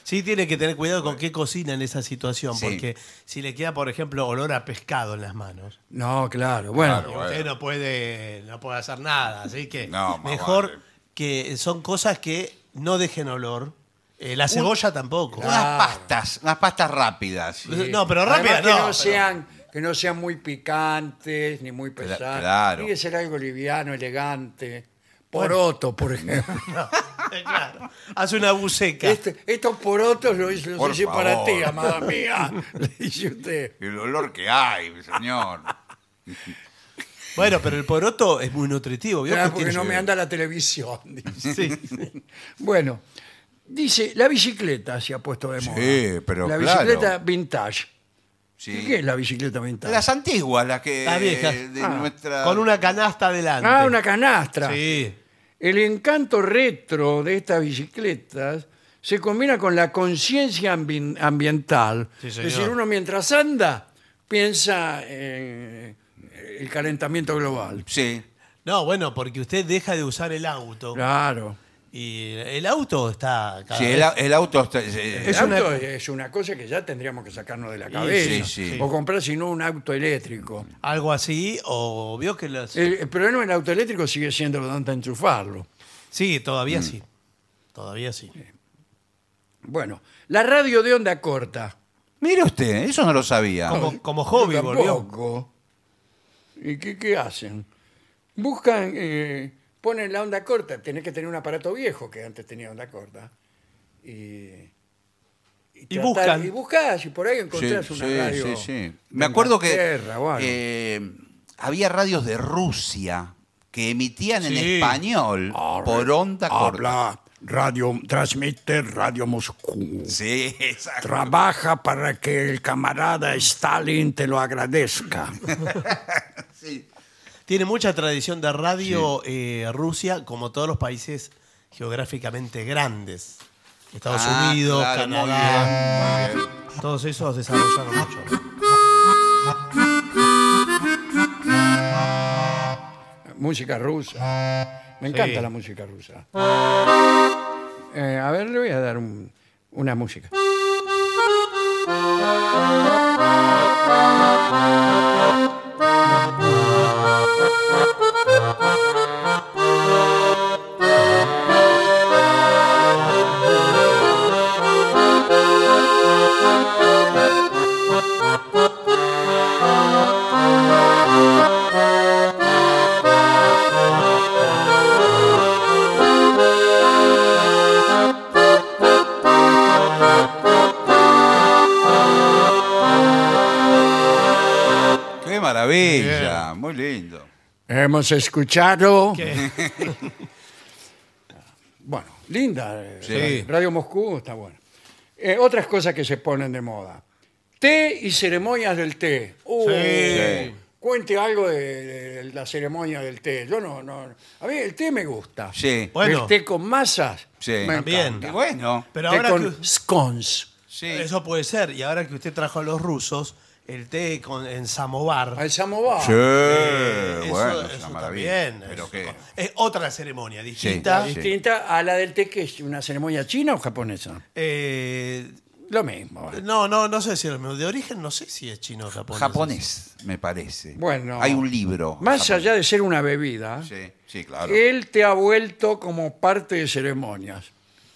B: Sí, tiene que tener cuidado con qué cocina en esa situación,
C: Sí.
B: porque si le queda, por ejemplo, olor a pescado en las manos,
A: No, claro, bueno.
C: Claro. Bueno.
B: usted no puede, no puede hacer nada. Así que
C: No, más
B: mejor
C: vale.
B: que son cosas que no dejen olor. Eh, la cebolla tampoco.
C: Unas pastas, unas pastas rápidas.
B: No, pero
A: Además
B: rápida
A: que no,
B: no. pero-
A: sean que no sean muy picantes ni muy pesadas.
C: claro.
A: Tiene que ser algo liviano, elegante. Poroto, por ejemplo.
B: Eh, claro. Hace una buceca.
A: Este- estos porotos los, hice- los
C: Por
A: hice para
C: favor.
A: ti, amada mía. Le dice usted.
C: El olor que hay, señor.
B: Bueno, pero el poroto es muy nutritivo. ¿vio?
A: Claro,
B: Que
A: Ah, porque
B: tiene-
A: no me anda la televisión. dice.
B: Sí.
A: Bueno, dice, la bicicleta se ha puesto de moda.
C: pero
A: La
C: claro.
A: bicicleta vintage.
C: Sí.
A: ¿Qué es la bicicleta vintage?
C: Las antiguas, las que.
B: Las viejas.
C: De
A: Ah,
C: nuestra.
B: Con una canasta adelante.
A: Ah, una canastra.
B: Sí.
A: El encanto retro de estas bicicletas se combina con la conciencia ambi- ambiental.
B: Sí,
A: es
B: señor.
A: decir, uno mientras anda piensa en eh, el calentamiento global.
C: Sí.
B: No, bueno, porque usted deja de usar el auto.
A: Claro.
B: Y el auto está. cada
C: Sí, el,
B: vez-
C: au- el auto está. eh,
A: El
B: Es una-
A: auto es una cosa que ya tendríamos que sacarnos de la cabeza.
C: sí, sí.
A: O comprar, si no, un auto eléctrico.
B: Algo así, o vio que las.
A: El, el problema del auto eléctrico sigue siendo dónde enchufarlo.
B: Sí, todavía
C: Mm.
B: sí. Todavía sí.
A: Bueno, la radio de onda corta.
C: Mire usted, eso no lo sabía.
B: Como, como hobby
A: Yo
B: volvió.
A: tampoco. ¿Y qué, qué hacen? Buscan, eh, ponen la onda corta. Tenés que tener un aparato viejo que antes tenía onda corta. Y, y tratar-
B: buscan.
A: Y buscás, y por ahí encontrás
C: Sí,
A: una
C: sí,
A: radio.
C: sí, sí.
A: de
C: Me acuerdo que
A: Inglaterra o algo.
C: eh, había radios de Rusia que emitían en
B: Sí.
C: español
A: Ahora
C: por onda corta.
A: Habla, radio, transmite Radio Moscú.
C: Sí, exacto.
A: Trabaja para que el camarada Stalin te lo agradezca.
C: Sí.
B: Tiene mucha tradición de radio eh, Rusia, como todos los países geográficamente grandes. Estados
C: Ah,
B: Unidos,
C: claro, muy
B: Canadá,
C: bien, muy bien.
B: todos esos desarrollaron mucho.
A: Música rusa. Me encanta
B: Sí.
A: la música rusa. Eh, a ver, le voy a dar un- una música.
C: Qué maravilla, muy lindo.
A: Hemos escuchado.
B: ¿Qué?
A: Bueno, linda. eh,
C: Sí.
A: Radio Moscú está buena. Eh, otras cosas que se ponen de moda. Té y ceremonias del té. Uh,
B: Sí.
A: Cuente algo de, de la ceremonia del té. Yo no, no. A mí el té me gusta.
C: Sí,
B: Bueno.
A: El té con masas.
C: sí.
A: me
B: También.
A: encanta.
C: Y bueno,
B: Pero
A: té
B: ahora
A: con
B: que-
A: scones.
C: sí.
B: Eso puede ser. Y ahora que usted trajo a los rusos, el té con, en
A: Al
B: samovar.
A: samovar.
C: Sí,
B: eh, eso-
C: bueno, es
B: eso
C: una maravilla.
B: también
C: Pero
B: es-
C: qué-
B: es otra ceremonia distinta.
C: Sí.
A: Distinta a la del té, que es una ceremonia china o japonesa.
B: Eh,
A: Lo mismo. eh.
B: no, no, no sé si es de origen, no sé si es chino o japonés.
C: japonés, me parece.
A: Bueno.
C: Hay un libro.
A: Más
C: japonés.
A: allá de ser una bebida,
C: Sí, sí, claro.
A: él te ha vuelto como parte de ceremonias.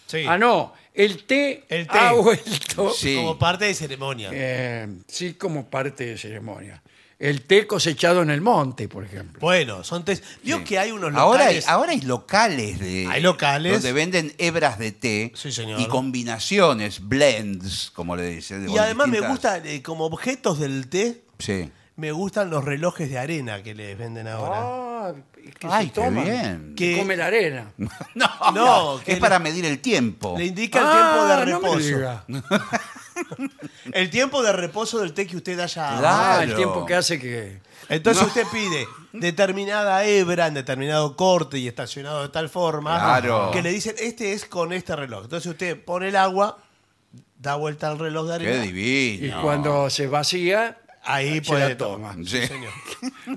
B: Sí.
A: Ah, no, el té,
B: El té.
A: ha vuelto.
C: Sí.
B: Como parte de ceremonia.
A: eh, sí, como parte de ceremonia. El té cosechado en el monte, por ejemplo.
B: Bueno, son tés. Vio que hay unos
C: Ahora hay,
B: locales.
C: ahora hay locales de
B: Hay locales.
C: donde venden hebras de té
B: Sí, señor.
C: y combinaciones, blends, como le dicen.
B: y además me gusta, eh, como objetos del té,
C: Sí.
B: me gustan los relojes de arena que les venden ahora.
A: Ah, ¿y ¿qué
C: Ay,
A: se
C: qué
A: toman?
C: bien.
B: ¿Qué?
A: Come la arena.
C: No,
B: No, que
C: es
B: le-
C: para medir el tiempo.
B: Le indica
A: Ah,
B: el
A: no me
B: tiempo de reposo.
A: diga.
B: el tiempo de reposo del té que usted haya.
C: Claro.
A: Ah, el tiempo que hace que.
B: Entonces usted pide determinada hebra en determinado corte y estacionado de tal forma
C: Claro.
B: que le dicen, este es con este reloj. Entonces usted pone el agua, da vuelta al reloj de
C: Qué
B: arena.
A: Y
C: divino.
A: cuando se vacía,
B: Ahí
A: Se
B: puede
A: la toma.
B: tomar.
C: Sí.
B: señor.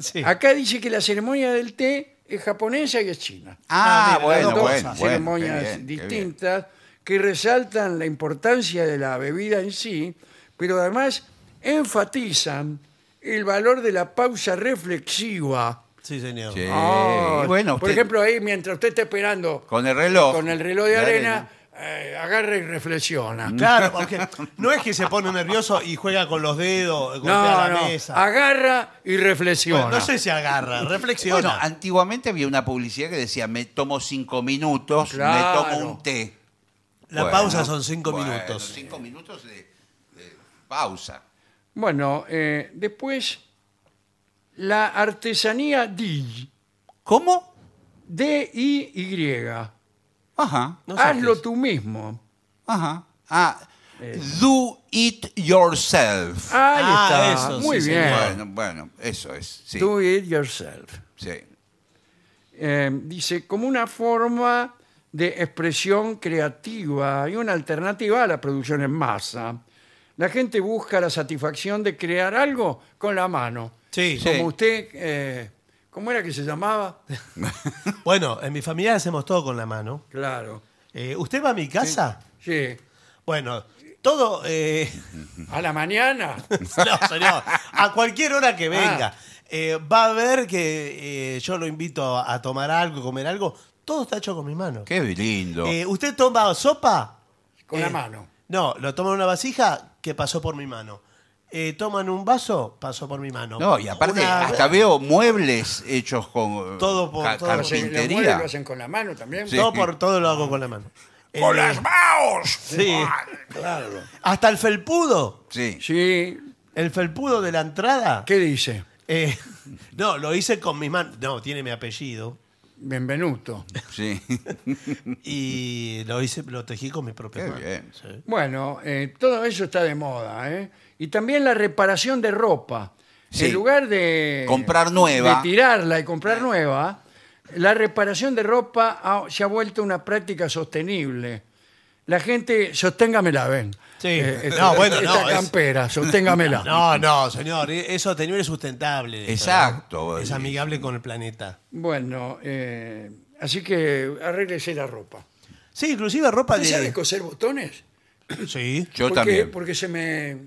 B: Sí.
A: acá dice que la ceremonia del té es japonesa y es china.
C: Ah,
B: Ah, mira,
C: bueno,
A: dos
B: las dos
C: bueno, bueno. qué
A: ceremonias
C: bien, qué bien.
A: distintas que resaltan la importancia de la bebida en sí, pero además enfatizan el valor de la pausa reflexiva.
B: Sí, señor.
C: Sí.
A: Ah,
C: Eh, y bueno,
A: por
C: usted-
A: ejemplo, ahí mientras usted está esperando con,
C: con el reloj.
A: el reloj de arena, eh, agarra y reflexiona.
B: Claro, porque no es que se pone nervioso y juega con los dedos, golpea
A: No,
B: la
A: no,
B: mesa.
A: agarra y reflexiona.
B: Bueno, no sé si agarra,
C: Bueno,
B: reflexiona.
C: antiguamente había una publicidad que decía, me tomo cinco minutos,
A: Claro.
C: me tomo un té.
B: la
C: Bueno,
B: pausa son cinco
C: bueno,
B: minutos.
C: Cinco minutos de, de pausa.
A: Bueno, eh, después, la artesanía DIY,
C: ¿Cómo?
A: D-I-Y.
C: Ajá,
B: No sé qué
A: Hazlo
B: es.
A: tú mismo.
C: ajá. Ah,
B: Eh.
C: do it yourself.
A: Ahí
B: Ah,
A: está.
B: eso,
A: Muy
B: sí,
A: bien.
B: señor.
C: Bueno, bueno, eso es. Sí,
A: Do it yourself.
C: sí.
A: Eh, dice, como una forma de expresión creativa y una alternativa a la producción en masa. La gente busca la satisfacción de crear algo con la mano.
B: Sí.
A: Como usted, eh, ¿cómo era que se llamaba?
B: Bueno, en mi familia hacemos todo con la mano.
A: Claro.
B: Eh, ¿Usted va a mi casa?
A: Sí.
B: Bueno, todo. eh,
A: A la mañana.
B: no, señor. A cualquier hora que venga.
A: Ah.
B: Eh, va a ver que eh, yo lo invito a, a tomar algo, comer algo. Todo está hecho con mi mano.
C: Qué lindo.
B: Eh, ¿Usted toma sopa?
A: Con
B: Eh,
A: la mano.
B: No, lo toma en una vasija que pasó por mi mano. eh, toman un vaso, pasó por mi mano.
C: No, y aparte,
B: Una-
C: hasta veo muebles hechos con eh,
B: Todo por-
C: ca-
B: todo por-
A: Los
C: carpintería.
A: muebles lo hacen con la mano también.
C: Sí.
B: Todo por todo lo hago con la mano. Eh,
C: ¡Con las manos!
B: sí.
A: Claro.
B: Hasta el felpudo.
C: Sí.
A: Sí.
B: El felpudo de la entrada.
A: ¿Qué dice?
B: Eh, no, lo hice con mis manos. No, tiene mi apellido.
A: Bienvenuto.
C: Sí.
B: Y lo hice, lo tejí con mis propias
C: Qué
B: manos.
C: bien.
B: Sí.
A: Bueno, eh, todo eso está de moda, ¿eh? Y también la reparación de ropa.
C: Sí.
A: En lugar de...
C: Comprar nueva.
A: De tirarla y comprar nueva, la reparación de ropa ha- se ha vuelto una práctica sostenible. La gente, sosténgamela, ven. Eh,
B: Sí.
A: esta-
B: No, bueno, no,
A: esta
B: es-
A: campera, sosténgamela.
B: No, no, señor. eh, Es sostenible y sustentable. eso,
C: Exacto.
B: ¿no? Es amigable con el planeta.
A: Bueno, eh, así que arréglese la ropa.
B: Sí, inclusive ropa
A: ¿Usted sabe
B: de.
A: coser botones?
B: Sí.
C: Yo
A: porque,
C: también.
A: Porque se me...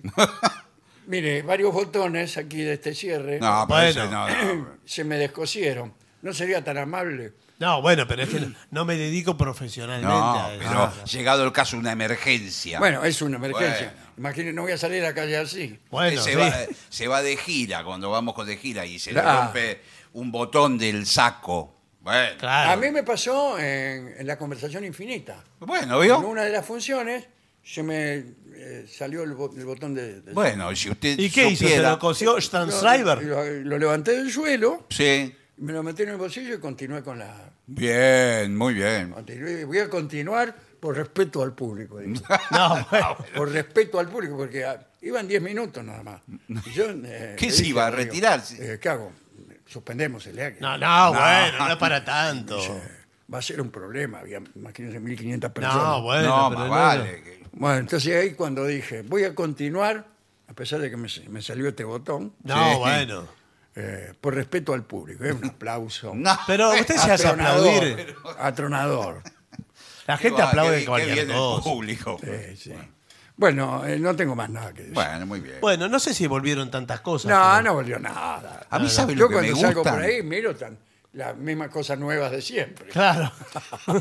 A: Mire, varios botones aquí de este cierre
C: No, pero ese
B: Bueno.
C: no, no.
A: se me descosieron. No sería tan amable.
B: No, bueno, pero es que no- no me dedico profesionalmente
C: No,
B: a eso. Ah,
C: pero llegado el caso, una emergencia.
A: Bueno, es una emergencia.
C: Bueno.
A: Imagínense, no voy a salir a la calle así.
B: Bueno,
C: se,
B: sí.
C: va, se va de gira cuando vamos con de gira y se
A: Claro.
C: le rompe un botón del saco. Bueno,
A: A
B: Claro.
A: mí me pasó en, en la conversación infinita.
C: bueno
A: En
C: ¿vio?
A: una de las funciones se me eh, salió el, bo- el botón de... de-
C: Bueno, si usted
B: ¿Y qué hizo? ¿Se
C: supiera-
B: lo cosió
A: Lo-
B: Stanzreiber?
A: Lo, lo levanté del suelo,
C: Sí,
A: me lo metí en el bolsillo y continué con la...
C: bien, muy bien.
A: continué- Voy a continuar por respeto al público. digo.
B: No, bueno.
A: por respeto al público, porque ah, iban 10 minutos nada más. Y yo, eh,
C: ¿Qué
A: le
C: se
A: dije
C: iba a
A: al amigo,
C: retirarse?
A: eh, ¿Qué hago? Suspendemos el acto.
B: No, no, bueno, no es para tanto.
A: Va a ser un problema, había imagínense 1.500 personas.
B: No, bueno.
C: no,
B: pero
C: más
B: no,
C: vale.
B: no.
C: que-
A: Bueno, entonces ahí cuando dije, voy a continuar, a pesar de que me, me salió este botón,
B: No,
C: Sí.
B: bueno.
A: eh, por respeto al público, es un aplauso.
C: No.
B: Pero usted se hace
A: Atronador,
B: aplaudir.
A: Atronador.
B: La gente
C: Ah, qué
B: aplaude
C: bien- qué
B: cualquier
C: bien el
B: cosa.
C: público.
A: Eh, sí. Bueno, eh, no tengo más nada que decir.
C: Bueno, muy bien.
B: Bueno, no sé si volvieron tantas cosas.
A: no,
B: pero-
A: no volvió nada.
C: a mí, ¿sabe
A: Yo
C: lo que me
A: cuando salgo
C: gusta?
A: por ahí miro tan, las mismas cosas nuevas de siempre.
B: Claro.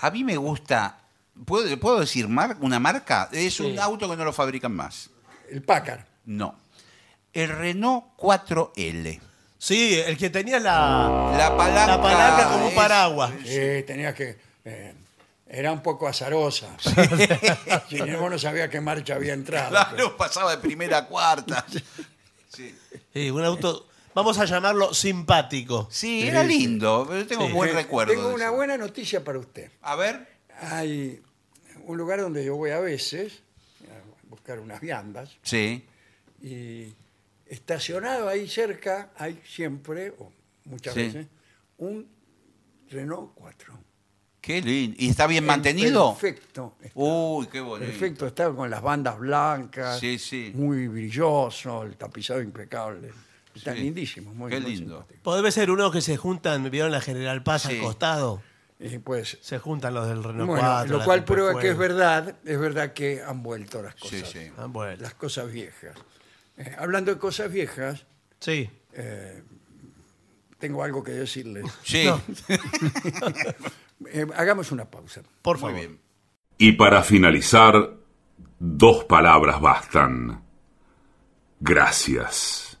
C: A mí me gusta. ¿Puedo, puedo decir mar- una marca? Es un auto que no lo fabrican más.
A: El Packard.
C: No. El Renault 4L.
B: Sí, el que tenía la,
C: La palanca.
B: la palanca como un
C: es-
B: paraguas.
A: Sí, tenías que... eh, era un poco azarosa. Si no, no sabía qué marcha había entrado.
C: Claro, pasaba de primera a cuarta. Sí,
B: Sí, un auto, vamos a llamarlo simpático.
C: Sí, era lindo. Pero tengo un buen
A: Eh,
C: recuerdo.
A: Tengo
C: de
A: una
C: eso.
A: buena noticia para usted.
C: A ver.
A: Hay un lugar donde yo voy a veces a buscar unas viandas
C: Sí.
A: y estacionado ahí cerca hay siempre, o muchas
C: Sí.
A: veces, un Renault 4.
C: Qué lindo. ¿Y está bien mantenido?
A: Perfecto.
C: Uy, qué bonito.
A: Perfecto, está con las bandas blancas,
C: Sí, sí.
A: muy brilloso, el tapizado impecable. Está
C: Sí.
A: lindísimo, muy
C: Qué
A: muy
C: lindo.
A: simpático.
B: Puede ser uno que se juntan, vieron la General Paz
C: Sí.
B: al costado.
A: Y pues,
B: Se juntan los del Renault
A: bueno,
B: 4.
A: lo
B: la
A: cual
B: Copa
A: prueba
B: Fuego.
A: que es verdad, es verdad que han vuelto las cosas.
C: Sí, sí.
B: Ah, bueno.
A: las cosas viejas. Eh, hablando de cosas viejas,
B: Sí.
A: tengo algo que decirles.
C: Sí.
B: No.
A: Eh, hagamos una pausa.
B: Por
C: Muy
B: favor.
C: bien.
D: Y para finalizar, dos palabras bastan. Gracias.